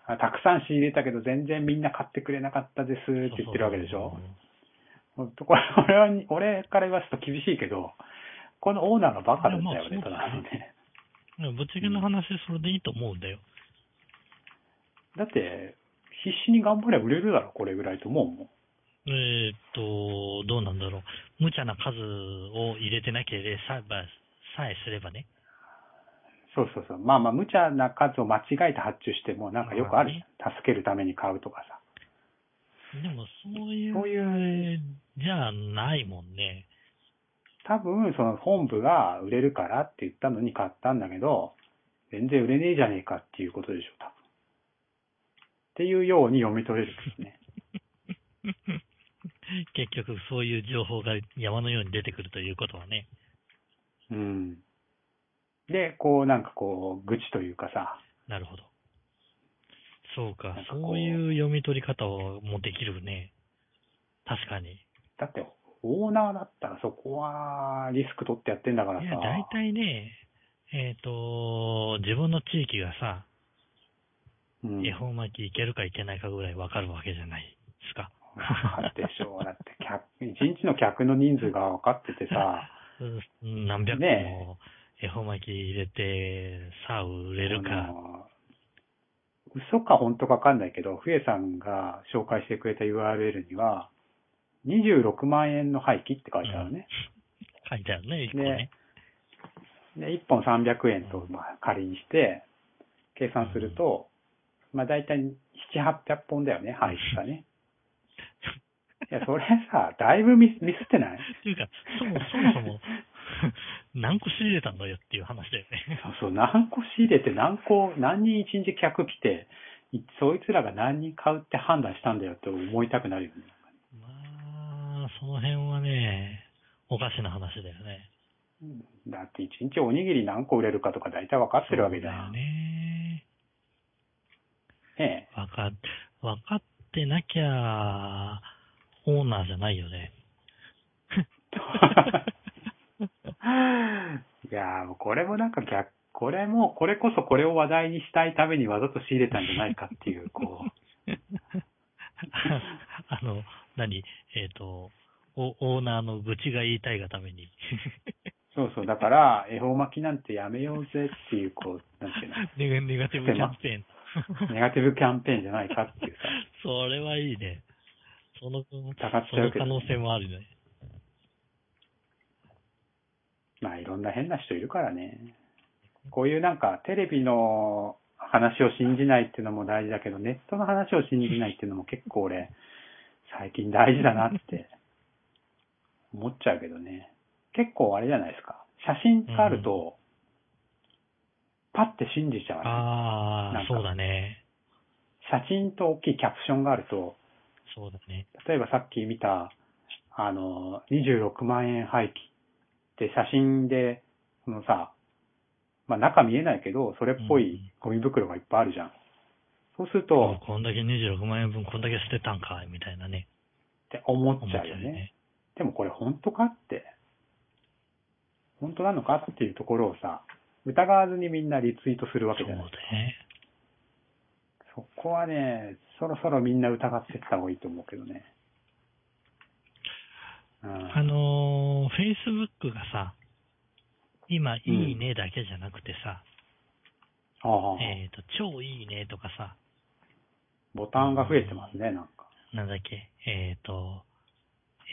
[SPEAKER 1] あたくさん仕入れたけど全然みんな買ってくれなかったですって言ってるわけでしょこれ [laughs] 俺はに俺から言わすと厳しいけど、このオーナーがバカだったよね、
[SPEAKER 2] いやまあそう
[SPEAKER 1] た
[SPEAKER 2] だ
[SPEAKER 1] だ
[SPEAKER 2] ね
[SPEAKER 1] のね。
[SPEAKER 2] ぶっちゃけの話、それでいいと思うんだよ。
[SPEAKER 1] だって、必死に頑張れば売れるだろ、これぐらいと思うもん。
[SPEAKER 2] えーっと、どうなんだろう。無茶な数を入れてなければさえすればね。
[SPEAKER 1] そうそうそう。まあまあ、無茶な数を間違えて発注しても、なんかよくあるじゃん。助けるために買うとかさ。
[SPEAKER 2] でも、そういう、
[SPEAKER 1] そういう
[SPEAKER 2] じゃないもんね。
[SPEAKER 1] 多分、その本部が売れるからって言ったのに買ったんだけど、全然売れねえじゃねえかっていうことでしょ、多分。っていうように読み取れるんですね。
[SPEAKER 2] 結局そういう情報が山のように出てくるということはね。
[SPEAKER 1] [laughs] うん。で、こう、なんかこう、愚痴というかさ、
[SPEAKER 2] なるほど。そうか
[SPEAKER 1] なん、かこう
[SPEAKER 2] そういう読み取り方をもできるね。確かに。い
[SPEAKER 1] だって、オーナーだったらそこはリスク取ってやってんだからさ。
[SPEAKER 2] や、大体ね、えっ、と、自分の地域がさ、
[SPEAKER 1] うん、
[SPEAKER 2] 恵方巻きいけるかいけないかぐらいわかるわけじゃないですか。
[SPEAKER 1] わかるでしょう。だって客、一日の客の人数が分かっててさ、
[SPEAKER 2] [laughs] うん何百個も恵方巻き入れて、さあ売れる
[SPEAKER 1] あ
[SPEAKER 2] か。
[SPEAKER 1] の嘘か本当か分かんないけど、ふえさんが紹介してくれた URL には、26万円の廃棄って書いてあるね。
[SPEAKER 2] 書いてあるね、一個ね。
[SPEAKER 1] で、1本300円と、まあ、仮にして、計算すると、まあ、大体7、800本だよね、廃棄が
[SPEAKER 2] [laughs]
[SPEAKER 1] ね。いや、それさ、だいぶミスミスってない
[SPEAKER 2] っていうか、そもそもそも何個仕入れたんだよっていう話だよね。
[SPEAKER 1] そうそう、何個仕入れて何個、何人一日客来て、いそいつらが何人買うって判断したんだよって思いたくなるよね。
[SPEAKER 2] まあ、その辺はね、おかしな話だよね。
[SPEAKER 1] だって一日おにぎり何個売れるかとか大体分かってるわけじ
[SPEAKER 2] そうだ
[SPEAKER 1] ゃ
[SPEAKER 2] よ
[SPEAKER 1] ん。
[SPEAKER 2] ね。 [laughs]
[SPEAKER 1] ね
[SPEAKER 2] わか、わかってなきゃ、オーナーじゃないよ [laughs] ね。
[SPEAKER 1] え。いやー、もうこれもなんか逆、これも、これこそこれを話題にしたいためにわざと仕入れたんじゃないかっていう、こう。
[SPEAKER 2] あの、何えっ、と、おオーナーの愚痴が言いたいがため [laughs] に。
[SPEAKER 1] そうそう、だから、恵方巻きなんてやめようぜっていう、こう、なんていうの、
[SPEAKER 2] ネガネガティブキャンペーン。
[SPEAKER 1] ネガティブキャンペーンじゃないかっていうさ。
[SPEAKER 2] [laughs] それはいいね。その、
[SPEAKER 1] 下がっ
[SPEAKER 2] そ
[SPEAKER 1] ちゃ
[SPEAKER 2] の
[SPEAKER 1] うけ
[SPEAKER 2] 可
[SPEAKER 1] ど
[SPEAKER 2] 能性もあるね。
[SPEAKER 1] まあいろんな変な人いるからね。こういうなんかテレビの話を信じないっていうのも大事だけど、ネットの話を信じないっていうのも結構俺、最近大事だなって思っちゃうけどね。結構あれじゃないですか。写真があると、パッて信じちゃうね、
[SPEAKER 2] あ
[SPEAKER 1] な
[SPEAKER 2] あ
[SPEAKER 1] ん、か
[SPEAKER 2] そうだね。
[SPEAKER 1] 写真と大きいキャプションがあると、
[SPEAKER 2] そうだね。
[SPEAKER 1] 例えばさっき見た、あの、26万円廃棄って写真で、そのさ、まあ中見えないけど、それっぽ
[SPEAKER 2] う
[SPEAKER 1] い
[SPEAKER 2] ん
[SPEAKER 1] ゴミ袋がいっぱいあるじゃん。そうする
[SPEAKER 2] も
[SPEAKER 1] と
[SPEAKER 2] う、こんだけ26万円分こんだけ捨てたんかい、みたいなね。
[SPEAKER 1] って思っ
[SPEAKER 2] 思っ
[SPEAKER 1] ち
[SPEAKER 2] ち
[SPEAKER 1] ゃ
[SPEAKER 2] ゃ
[SPEAKER 1] う
[SPEAKER 2] う
[SPEAKER 1] よ
[SPEAKER 2] よ
[SPEAKER 1] ね。
[SPEAKER 2] ね。
[SPEAKER 1] でもこれ本当かって、本当なのかっていうところをさ、疑わずにみんなリツイートするわ
[SPEAKER 2] そ
[SPEAKER 1] けじ
[SPEAKER 2] うだ
[SPEAKER 1] ゃない。
[SPEAKER 2] ね。
[SPEAKER 1] そこはね、そろそろみんな疑ってった方がいいと思うけどね。うん。
[SPEAKER 2] あのー、Facebook がさ、今、い
[SPEAKER 1] うん
[SPEAKER 2] いねだけじゃなくてさ、
[SPEAKER 1] ああ
[SPEAKER 2] えっ、と、超いいねとかさ、
[SPEAKER 1] ボタンが増えてますね、なんか。
[SPEAKER 2] なんだっけ、えっ、と、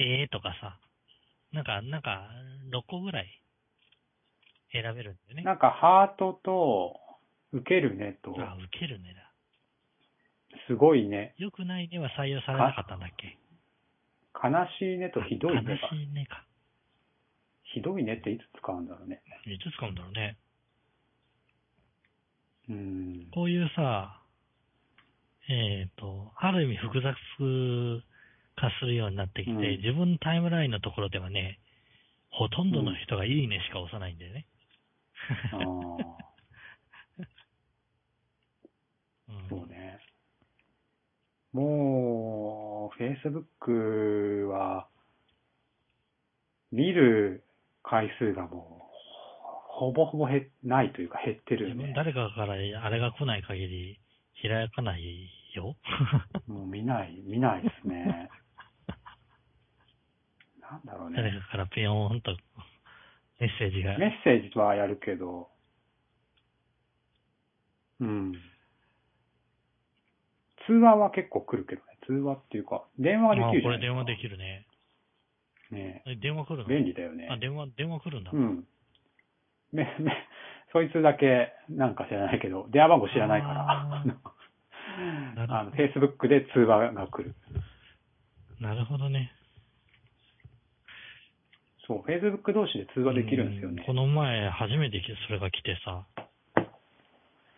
[SPEAKER 2] えーとかさ、なんか、なんか、6個ぐらい選べるんだよね。
[SPEAKER 1] なんか、ハートと、受けるねと、
[SPEAKER 2] あ、受けるねだ。
[SPEAKER 1] すごいね、
[SPEAKER 2] 良くないねは採用されなかったんだっけ。
[SPEAKER 1] 悲しいねと、ひどいねが
[SPEAKER 2] あ悲しいねか。
[SPEAKER 1] ひどいねっていつ使うんだろうね。
[SPEAKER 2] いつ使うんだろうね。
[SPEAKER 1] [laughs] うん。
[SPEAKER 2] こういうさ、えっ、と、ある意味複雑化するようになってきて、
[SPEAKER 1] うん
[SPEAKER 2] 自分のタイムラインのところではね、ほとんどの人がいいねしか押さないんだよね。
[SPEAKER 1] あ
[SPEAKER 2] うん
[SPEAKER 1] ーそうね。もう、Facebook は、見る回数がもう、ほぼほぼ減っないというか減ってるよ
[SPEAKER 2] 自分
[SPEAKER 1] ね。
[SPEAKER 2] 誰かからあれが来ない限り開かないよ。
[SPEAKER 1] もう見ない、見ないです [laughs] ね。なんだろうね。
[SPEAKER 2] 誰かからピヨーンとメッセージが。
[SPEAKER 1] メッセージはやるけど、うん。通話は結構来るけどね。通話っていうか、電話
[SPEAKER 2] ま
[SPEAKER 1] が
[SPEAKER 2] あ、
[SPEAKER 1] で
[SPEAKER 2] こ
[SPEAKER 1] きるじゃな
[SPEAKER 2] れ
[SPEAKER 1] いですか。
[SPEAKER 2] 電話できるね。
[SPEAKER 1] ね
[SPEAKER 2] え電話来るの
[SPEAKER 1] 便利だよ
[SPEAKER 2] あ、
[SPEAKER 1] ね。
[SPEAKER 2] 電話、電話来るんだ。
[SPEAKER 1] うん。め、め、 [laughs] そいつだけなんか知らないけど、電話番号知らないから
[SPEAKER 2] あ、
[SPEAKER 1] [laughs]
[SPEAKER 2] ー
[SPEAKER 1] あの、Facebook で通話が来る。
[SPEAKER 2] なるほどね。
[SPEAKER 1] そう、Facebook 同士で通話できるんですよね
[SPEAKER 2] う。この前、初めてそれが来てさ、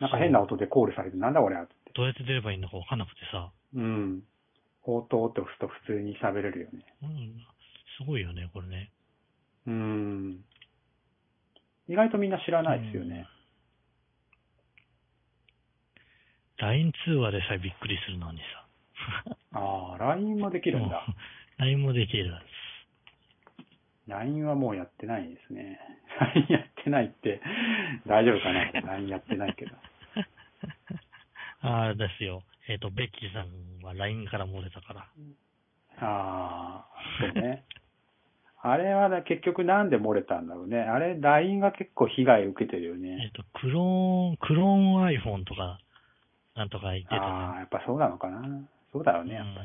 [SPEAKER 1] なんか変な音でコールされて、なんだこれはって。
[SPEAKER 2] どうやって出ればいいのかわかんなくてさ、
[SPEAKER 1] うん。応答って押すと普通に喋れるよね。
[SPEAKER 2] うん、すごいよね、これね。
[SPEAKER 1] うん。意外とみんな知らないですよね。
[SPEAKER 2] LINE 通話でさえびっくりするのにさ。
[SPEAKER 1] ああ、LINE もできる
[SPEAKER 2] [laughs]
[SPEAKER 1] んだ。
[SPEAKER 2] うん LINE もできる。
[SPEAKER 1] LINE はもうやってないですね。LINE [laughs] やってないって、 [laughs] 大丈夫かな ?LINE やってないけど。
[SPEAKER 2] あれですよ。えっ、と、ベッキーさんは LINE から漏れたから。
[SPEAKER 1] ああ、そうね。あれはね、結局なんで漏れたんだろうね。あれ、LINE が結構被害受けてるよ
[SPEAKER 2] えっ、
[SPEAKER 1] ね。
[SPEAKER 2] と、クローン、クローン iPhone とか、なんとか言ってたね。
[SPEAKER 1] ああ、やっぱそうなのかな。そうだろうね、やっぱ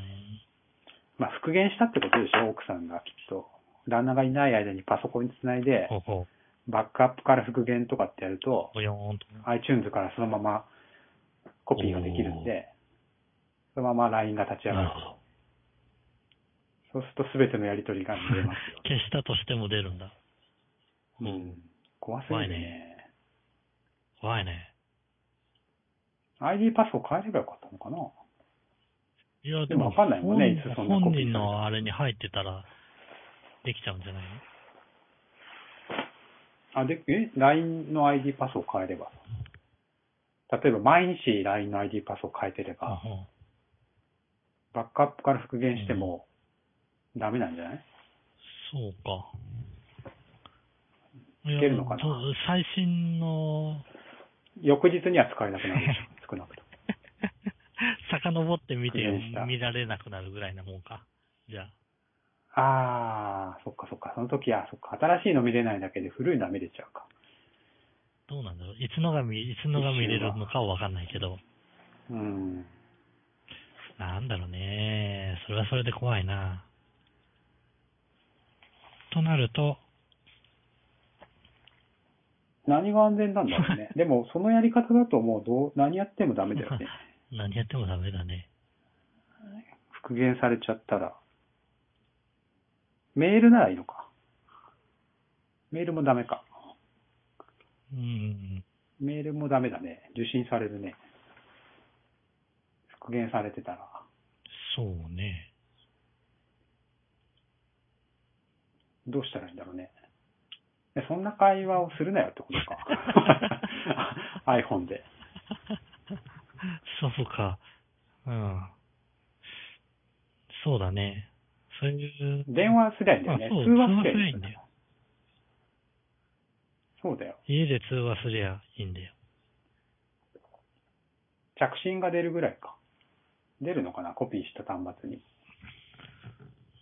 [SPEAKER 1] まあ、復元したってことでしょ、奥さんがきっと。旦那がいない間にパソコンにつないで、
[SPEAKER 2] うん。ほうほ
[SPEAKER 1] バックアップから復元とかってやると
[SPEAKER 2] う。、ぼよーんと。
[SPEAKER 1] iTunes からそのままコピーができるんで、そのまま LINE が立ち上が
[SPEAKER 2] な
[SPEAKER 1] る
[SPEAKER 2] る。ほど。
[SPEAKER 1] そうすると全てのやりとりが見れますよ。
[SPEAKER 2] 消したとしても出るんだ。
[SPEAKER 1] う
[SPEAKER 2] うん
[SPEAKER 1] ん。怖すぎるね。
[SPEAKER 2] 怖いね。
[SPEAKER 1] ID パスを変えればよかったのかな
[SPEAKER 2] いや、
[SPEAKER 1] でもわかんないもんね
[SPEAKER 2] 本
[SPEAKER 1] いつそんなコピーされたか
[SPEAKER 2] 本人のあれに入ってたら、できちゃうんじゃないの
[SPEAKER 1] あ、で、え ?LINE の ID パスを変えれば。例えば毎日 LINE の ID パスを変えてれば、
[SPEAKER 2] ほう
[SPEAKER 1] バックアップから復元してもダメなんじゃない
[SPEAKER 2] そうか。い
[SPEAKER 1] いけるのかな
[SPEAKER 2] そう最新の、 [laughs]
[SPEAKER 1] 翌日には使えなくなるでしょ。少なくとも。
[SPEAKER 2] 遡って見て
[SPEAKER 1] 失礼した
[SPEAKER 2] 見られなくなるぐらいなもんか。じゃあ。
[SPEAKER 1] あー、そっかそっか。その時は、そっか。新しいの見れないだけで古いのは見れちゃうか。
[SPEAKER 2] どうなんだろういつのが見、いつのが見れるのかはわかんないけど。
[SPEAKER 1] うん。
[SPEAKER 2] なんだろうね。それはそれで怖いな。となると、
[SPEAKER 1] 何が安全なんだ
[SPEAKER 2] [laughs]
[SPEAKER 1] ろうね。でも、そのやり方だともうどう、何やってもダメだよね。
[SPEAKER 2] 何やってもダメだね。
[SPEAKER 1] 復元されちゃったら。メールならいいのか。メールもダメか。
[SPEAKER 2] うん。
[SPEAKER 1] メールもダメだね。受信されるね。復元されてたら。
[SPEAKER 2] そうね。
[SPEAKER 1] どうしたらいいんだろうね。えそんな会話をするなよってこと
[SPEAKER 2] [laughs]
[SPEAKER 1] か。iPhone で。
[SPEAKER 2] [laughs] そうか。うん。そうだね。そういう。
[SPEAKER 1] 電話すりゃいいんだよね。
[SPEAKER 2] あそう
[SPEAKER 1] 通話すりゃいい
[SPEAKER 2] 通話すりゃいい
[SPEAKER 1] ん
[SPEAKER 2] ん
[SPEAKER 1] だ
[SPEAKER 2] だ
[SPEAKER 1] よ
[SPEAKER 2] よ。
[SPEAKER 1] そうだよ。
[SPEAKER 2] 家で通話すりゃいいんだよ。
[SPEAKER 1] 着信が出るぐらいか。出るのかなコピーした端末に。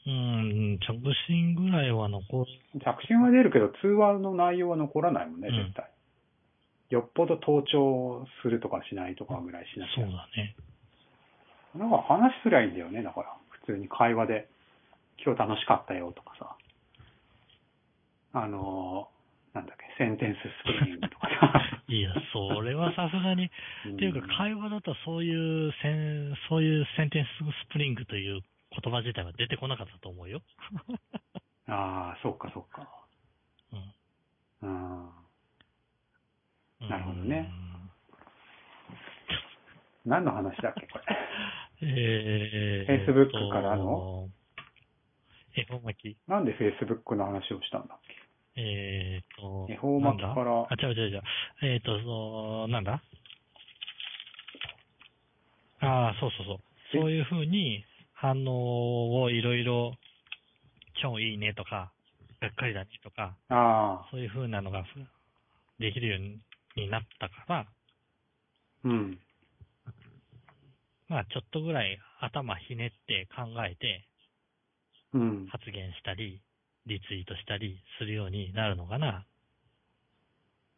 [SPEAKER 2] うん、着信ぐらいは残る。
[SPEAKER 1] 着信は出るけど、通話の内容は残らないもんね、
[SPEAKER 2] うん
[SPEAKER 1] 絶対。よっぽど盗聴するとかしないとかぐらいしなき
[SPEAKER 2] そう
[SPEAKER 1] ゃ。
[SPEAKER 2] だね。
[SPEAKER 1] なんか話すりゃいいんだよね、だから。普通に会話で。今日楽しかったよとかさ。あのー、なんだっけ、センテンススプリングとかさ。
[SPEAKER 2] いや、それはさすがに、
[SPEAKER 1] ん
[SPEAKER 2] [laughs] っていうか、会話だとそういうセン、そういうセンテンススプリングという言葉自体は出てこなかったと思うよ。
[SPEAKER 1] ああ、そうかそうか。
[SPEAKER 2] うん
[SPEAKER 1] うん。
[SPEAKER 2] うん
[SPEAKER 1] なるほどね。何の話だっけ、これ。
[SPEAKER 2] えー、
[SPEAKER 1] Facebook からの
[SPEAKER 2] えっと恵方巻き。
[SPEAKER 1] なんで Facebook の話をしたんだっ
[SPEAKER 2] えー、と、
[SPEAKER 1] 恵方巻きから
[SPEAKER 2] なんだあ、違う違う違う。えー、と、そう、なんだああ、そうそう
[SPEAKER 1] え
[SPEAKER 2] そう。そういうふうに反応をいろいろ、超いいねとか、がっかりだねとか、
[SPEAKER 1] けああ、
[SPEAKER 2] そういうふうなのがふできるようになったから、
[SPEAKER 1] うん。
[SPEAKER 2] まあちょっとぐらい頭ひねって考えて
[SPEAKER 1] うん。
[SPEAKER 2] 発言したり、リツイートしたりするようになるのかな。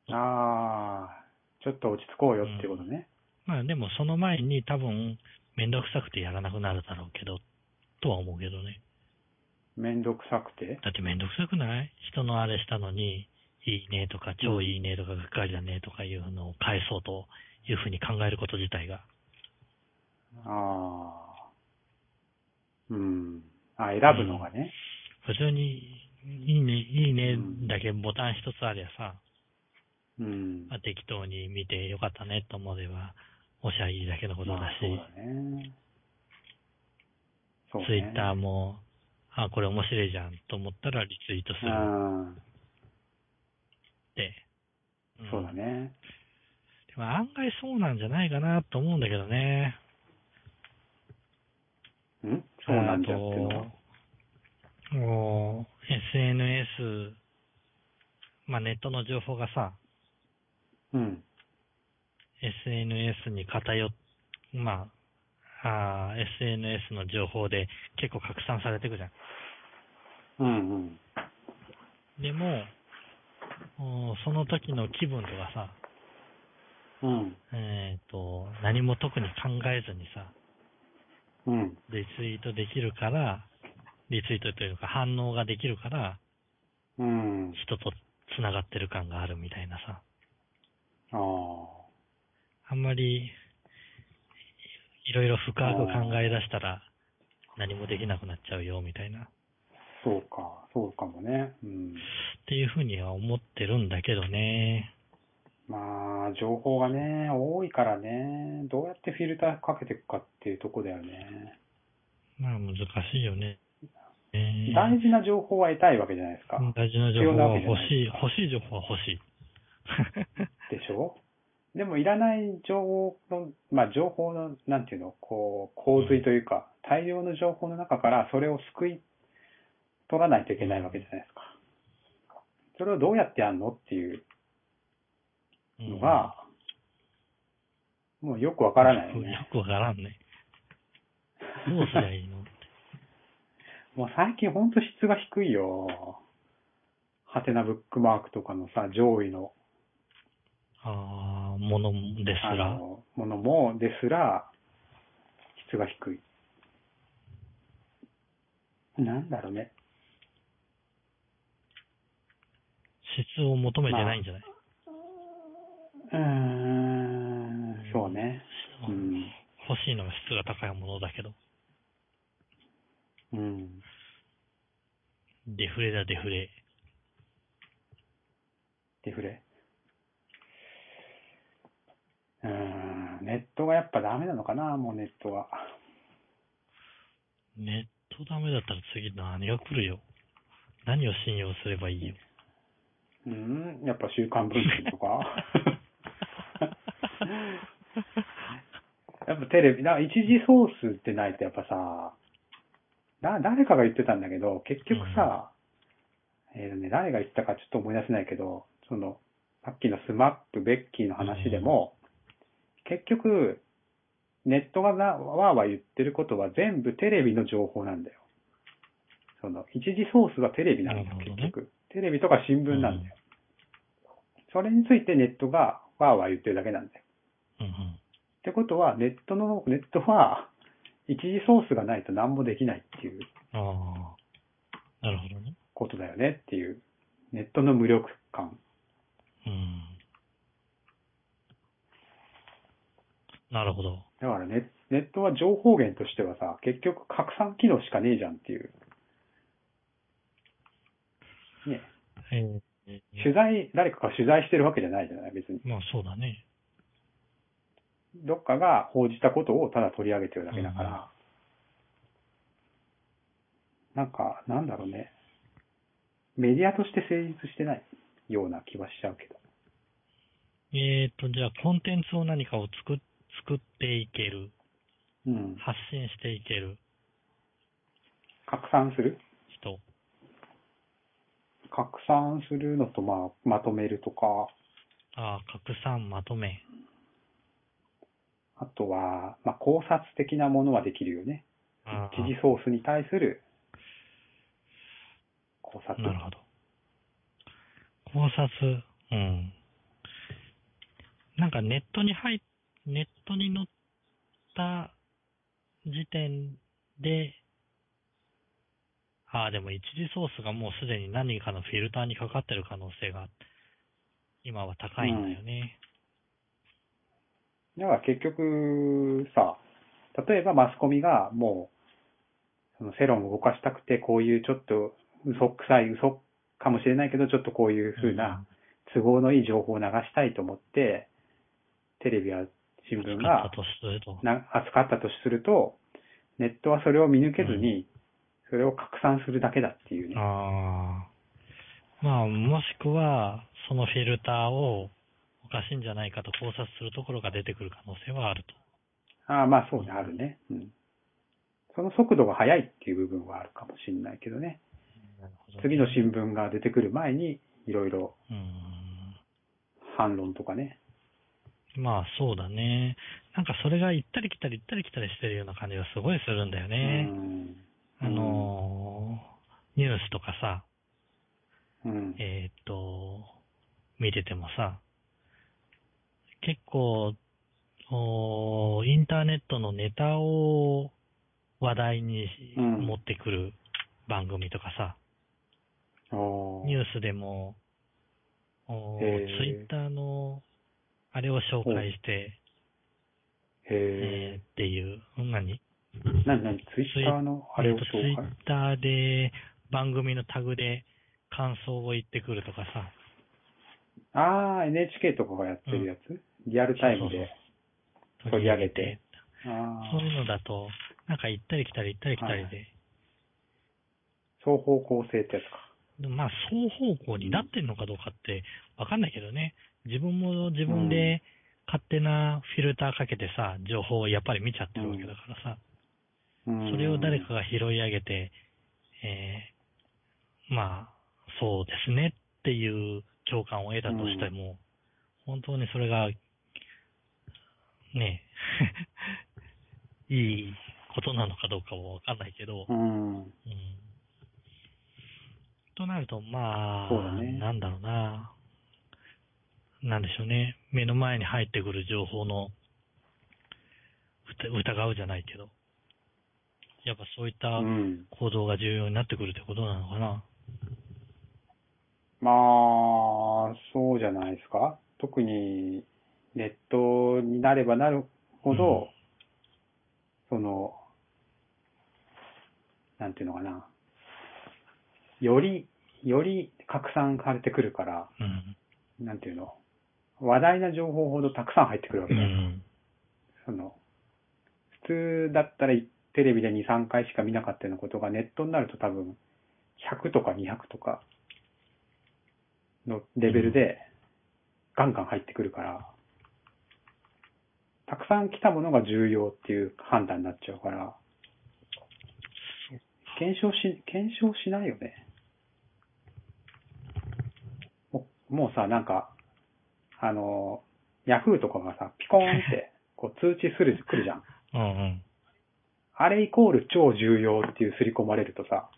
[SPEAKER 1] ああ、ちょっと落ち着こうよっていうことね。
[SPEAKER 2] まあでもその前に多分めんどくさくてやらなくなるだろうけど、とは思うけどね。
[SPEAKER 1] めんどくさくて。
[SPEAKER 2] だってめんどくさくない人のあれしたのに、いいねとか、超いいねとか、がっかりだねとかいうのを返そうというふうに考えること自体が。
[SPEAKER 1] ああ。うん。あ、選ぶのがね。
[SPEAKER 2] 普通に、いいね、いいね
[SPEAKER 1] うん
[SPEAKER 2] だけボタン一つありゃさ、
[SPEAKER 1] うん。
[SPEAKER 2] まあ、適当に見てよかったねと思えば、おしゃいいだけのことだ
[SPEAKER 1] まあ
[SPEAKER 2] し、
[SPEAKER 1] そうだね。そうね。
[SPEAKER 2] ツイッターも、あ、これ面白いじゃんと思ったらリツイートするって。
[SPEAKER 1] うんん。そうだ。ね。
[SPEAKER 2] でも案外そうなんじゃないかなと思うんだけどね。
[SPEAKER 1] うんそうなんじゃっていうのは
[SPEAKER 2] あともう、SNS、まあネットの情報がさ、
[SPEAKER 1] うん。
[SPEAKER 2] SNS に偏っ、まあ、あー SNS の情報で結構拡散されていくじゃん。
[SPEAKER 1] うんうん。
[SPEAKER 2] でも、おその時の気分とかさ、
[SPEAKER 1] うん。
[SPEAKER 2] えっ、と、何も特に考えずにさ、
[SPEAKER 1] うん。
[SPEAKER 2] リツイートできるから、リツイートというか反応ができるから、
[SPEAKER 1] うん。
[SPEAKER 2] 人と繋がってる感があるみたいなさ、
[SPEAKER 1] ああ。
[SPEAKER 2] あんまり、いろいろ深く考え出したら、何もできなくなっちゃうよみたいな、っ
[SPEAKER 1] そうか。そうかもね。うん。
[SPEAKER 2] ていうふうには思ってるんだけどね。
[SPEAKER 1] まあ、情報がね、多いからね、どうやってフィルターかけていくかっていうとこだよね。
[SPEAKER 2] まあ難しいよね。ね
[SPEAKER 1] 大事な情報は得たいわけじゃないですか。
[SPEAKER 2] 大事な情報は欲しい、欲しい情報は欲しい。
[SPEAKER 1] でしょでも、いらない情報の、まあ、情報の、なんていうの、こう、洪水というか、大量の情報の中からそれを救い取らないといけないわけじゃないですか。それをどうやってやるのっていう
[SPEAKER 2] [laughs]
[SPEAKER 1] のが、もうよくわ
[SPEAKER 2] わ
[SPEAKER 1] からないよね。
[SPEAKER 2] よくわからんね。どうすりゃいいの [laughs] って。
[SPEAKER 1] もう最近ほんと質が低いよ。ハテナブックマークとかのさ、上位の、
[SPEAKER 2] ああ、ものです
[SPEAKER 1] あ
[SPEAKER 2] ら。
[SPEAKER 1] の、ものも、ですら、質が低い。なんだろうね。
[SPEAKER 2] 質を求めてないんじゃない、
[SPEAKER 1] うーん、そうね。うん。
[SPEAKER 2] 欲しいのは質が高いものだけど。
[SPEAKER 1] うん。
[SPEAKER 2] デフレだ、デフレ。
[SPEAKER 1] デフレ。うーん、ネットがやっぱダメなのかな、もうネットは。
[SPEAKER 2] ネットダメだったら次何が来るよ。何を信用すればい
[SPEAKER 1] [laughs]
[SPEAKER 2] いよ。
[SPEAKER 1] うん、やっぱ週刊文春と [laughs] か。やっぱテレビ、な一時ソースってないとやっぱさ、だ誰かが言ってたんだけど、結局さ、えっ、とね、誰が言ったかちょっと思い出せないけど、その、さっきのスマップ、ベッキーの話でも、結局、ネットがなわーわー言ってることは全部テレビの情報なんだよ。その、一時ソースはテレビなんだよ、
[SPEAKER 2] なるほど
[SPEAKER 1] 結
[SPEAKER 2] ね
[SPEAKER 1] 局。テレビとか新聞なんだよ。それについてネットがわーわー言ってるだけなんだよ。
[SPEAKER 2] うんうん。
[SPEAKER 1] ってことは、ネットの、ネットは、一時ソースがないと何もできないっていう
[SPEAKER 2] ああ。なるほどね。
[SPEAKER 1] ことだよねっていう、ネットの無力感。
[SPEAKER 2] うん。なるほど。
[SPEAKER 1] だからネネットは情報源としてはさ、結局拡散機能しかねえじゃんっていう。ね、
[SPEAKER 2] えーえー
[SPEAKER 1] 取材、誰かが取材してるわけじゃないじゃない、別に。
[SPEAKER 2] まあそうだね。
[SPEAKER 1] どっかが報じたことをただ取り上げてるだけだから、なんか、なんだろうね。メディアとして成立してないような気はしちゃうけど。
[SPEAKER 2] えっ、と、じゃあコンテンツを何かを作っ作っていける。
[SPEAKER 1] うん。
[SPEAKER 2] 発信していける
[SPEAKER 1] 拡散する
[SPEAKER 2] 人。
[SPEAKER 1] 拡散するのと、まあ、まとめるとか、
[SPEAKER 2] ああ、拡散まとめ。
[SPEAKER 1] あとは、まあ、考察的なものはできるよね。
[SPEAKER 2] あ
[SPEAKER 1] 一時
[SPEAKER 2] あ
[SPEAKER 1] ソースに対する考察。
[SPEAKER 2] なるほど。考察。うん。なんかネットに入っ、ネットに載った時点で、ああ、でも一時ソースがもうすでに何かのフィルターにかかってる可能性が、今は高いんだよね。
[SPEAKER 1] だから結局さ、例えばマスコミがもう、その世論を動かしたくて、こういうちょっと嘘くさい、嘘かもしれないけど、ちょっとこういう風な都合のいい情報を流したいと思って、テレビや新聞
[SPEAKER 2] 使っ
[SPEAKER 1] が
[SPEAKER 2] たとすると。
[SPEAKER 1] な扱ったとすると、ネットはそれを見抜けずに、それを拡散するだけだっていうね。
[SPEAKER 2] ああ。まあ、もしくは、そのフィルターをおかしいんじゃないかと考察するところが出てくる可能性はあると。
[SPEAKER 1] ああ、まあそうね、あるね。うん。その速度が速いっていう部分はあるかもしれないけどね。次の新聞が出てくる前に、いろいろ
[SPEAKER 2] う
[SPEAKER 1] 反論とかね。
[SPEAKER 2] ん。まあ、そうだね。なんかそれが行ったり来たり行ったり来たりしてるような感じがすごいするんだよね。
[SPEAKER 1] うん。
[SPEAKER 2] あのーニュースとかさ、
[SPEAKER 1] うん。
[SPEAKER 2] えーっと、見ててもさ、結構、おーインターネットのネタを話題にし
[SPEAKER 1] うん
[SPEAKER 2] 持ってくる番組とかさ、
[SPEAKER 1] お
[SPEAKER 2] ニュ
[SPEAKER 1] ー
[SPEAKER 2] ースでも、おーツ
[SPEAKER 1] へー
[SPEAKER 2] イッターのあれを紹介して、
[SPEAKER 1] へ
[SPEAKER 2] えーっていう、何
[SPEAKER 1] え。なになにツイッターのあれを紹
[SPEAKER 2] ツイッ
[SPEAKER 1] 介
[SPEAKER 2] ターで番組のタグで感想を言ってくるとかさ、
[SPEAKER 1] ああ、NHK とかがやってるやつ、リアルタイムで。取り上げてあ
[SPEAKER 2] そう
[SPEAKER 1] あ、
[SPEAKER 2] いうのだと、なんか行ったり来たり行ったり来たり
[SPEAKER 1] はいは
[SPEAKER 2] で、
[SPEAKER 1] 双方向性ってやつか。
[SPEAKER 2] でもまあ双方向になってんのかどうかってわかんないけどね、自分も自分で勝手なフィルターかけてさ、情報をやっぱり見ちゃってるわけだからさ、
[SPEAKER 1] うん
[SPEAKER 2] それを誰かが拾い上げて、えーまあ、そうですねっていう共感を得たとしても、本当にそれが、ね [laughs] え、いいことなのかどうかもわかんないけど、
[SPEAKER 1] うん。
[SPEAKER 2] うんとなると、ま
[SPEAKER 1] そうだ
[SPEAKER 2] あ、
[SPEAKER 1] ね
[SPEAKER 2] なんだろうな。なんでしょうね。目の前に入ってくる情報の、うた疑うじゃないけど。やっぱそういった
[SPEAKER 1] うん。
[SPEAKER 2] 行動が重要になってくるってことなのかな。
[SPEAKER 1] まあ、そうじゃないですか。特に、ネットになればなるほど、その、なんていうのかな。より、より拡散されてくるから、
[SPEAKER 2] うん。
[SPEAKER 1] なんていうの。話題な情報ほどたくさん入ってくるわ
[SPEAKER 2] う
[SPEAKER 1] けだよ
[SPEAKER 2] ん。
[SPEAKER 1] その、普通だったらテレビで2、3回しか見なかったようなことがネットになると多分100とか200とかのレベルでガンガン入ってくるから、たくさん来たものが重要っていう判断になっちゃうから、検証し、検証しないよね。ももうさ、なんか、あの、ヤフーとかがさ、ピコーン
[SPEAKER 2] [laughs]
[SPEAKER 1] って、こう通知する、来るじゃん。
[SPEAKER 2] うんうん。
[SPEAKER 1] あれイコール超重要っていう刷り込まれるとさ、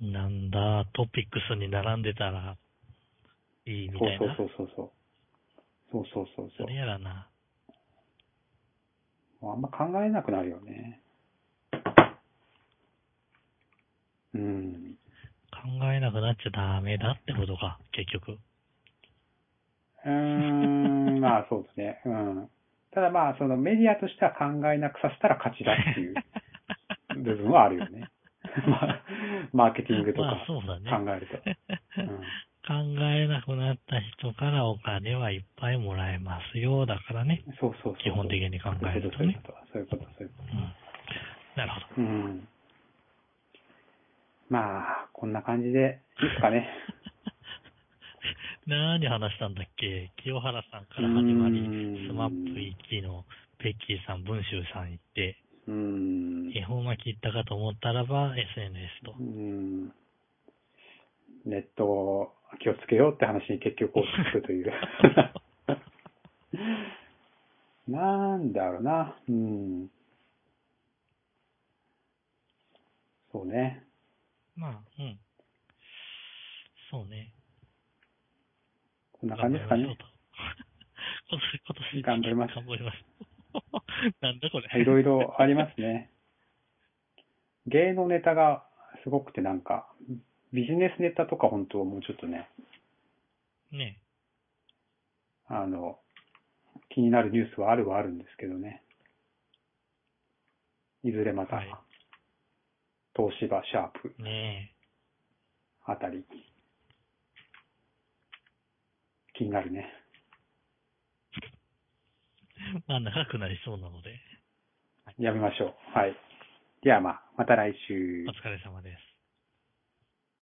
[SPEAKER 2] なんだ、トピックスに並んでたら、いいみ
[SPEAKER 1] そう
[SPEAKER 2] たい
[SPEAKER 1] そう
[SPEAKER 2] な。
[SPEAKER 1] そううそうそう。そうそうそうそう
[SPEAKER 2] れ。やらな。
[SPEAKER 1] もうあんま考えなくなるよね。うん。
[SPEAKER 2] 考えなくなっちゃダメだってことか、結局。
[SPEAKER 1] うー
[SPEAKER 2] [laughs]
[SPEAKER 1] ん、まあそうですね。うん。ただまあ、そのメディアとしては考えなくさせたら勝ちだって
[SPEAKER 2] [laughs]
[SPEAKER 1] いう部分はあるよね。まあマーケティングと
[SPEAKER 2] ま
[SPEAKER 1] か
[SPEAKER 2] あ、そうだね。
[SPEAKER 1] 考えると。うん
[SPEAKER 2] 考えなくなった人からお金はいっぱいもらえますよ。だからね。
[SPEAKER 1] そうそうそう。
[SPEAKER 2] 基本的に考えると
[SPEAKER 1] そういう
[SPEAKER 2] ね
[SPEAKER 1] こと、そういうこと、そういうこと。
[SPEAKER 2] うん。なるほど。
[SPEAKER 1] う
[SPEAKER 2] [laughs]
[SPEAKER 1] ん。まあ、こんな感じで、いいですかね。
[SPEAKER 2] 何話したんだっけ清原さんから始まり
[SPEAKER 1] うーん、
[SPEAKER 2] スマップ1のペッキーさん、文集さん行って、
[SPEAKER 1] うん。
[SPEAKER 2] 恵方巻き行ったかと思ったらば SNS と
[SPEAKER 1] う。ん。ネットを気をつけようって話に結局落ち着くと
[SPEAKER 2] [laughs]
[SPEAKER 1] いう。なんだろうな。うん。そうね。
[SPEAKER 2] まあ、うん。そうね。
[SPEAKER 1] こんな感じですか
[SPEAKER 2] 頑張り
[SPEAKER 1] ね。
[SPEAKER 2] ましょうと [laughs] 今年、今年。
[SPEAKER 1] 頑張ります
[SPEAKER 2] 頑張ります。 [laughs] なんだこれ。
[SPEAKER 1] いろいろありますね。芸能ネタがすごくてなんか、ビジネスネタとか本当もうちょっとね、
[SPEAKER 2] [laughs] ね。
[SPEAKER 1] あの、気になるニュースはあるはあるんですけどね。いずれまた、
[SPEAKER 2] はい
[SPEAKER 1] 東芝、シャープ、
[SPEAKER 2] ね
[SPEAKER 1] あたり、気になるね。
[SPEAKER 2] まあ、長くなりそうなので、
[SPEAKER 1] やめましょう。はい。ではまあ、また来週。
[SPEAKER 2] お疲れ様です。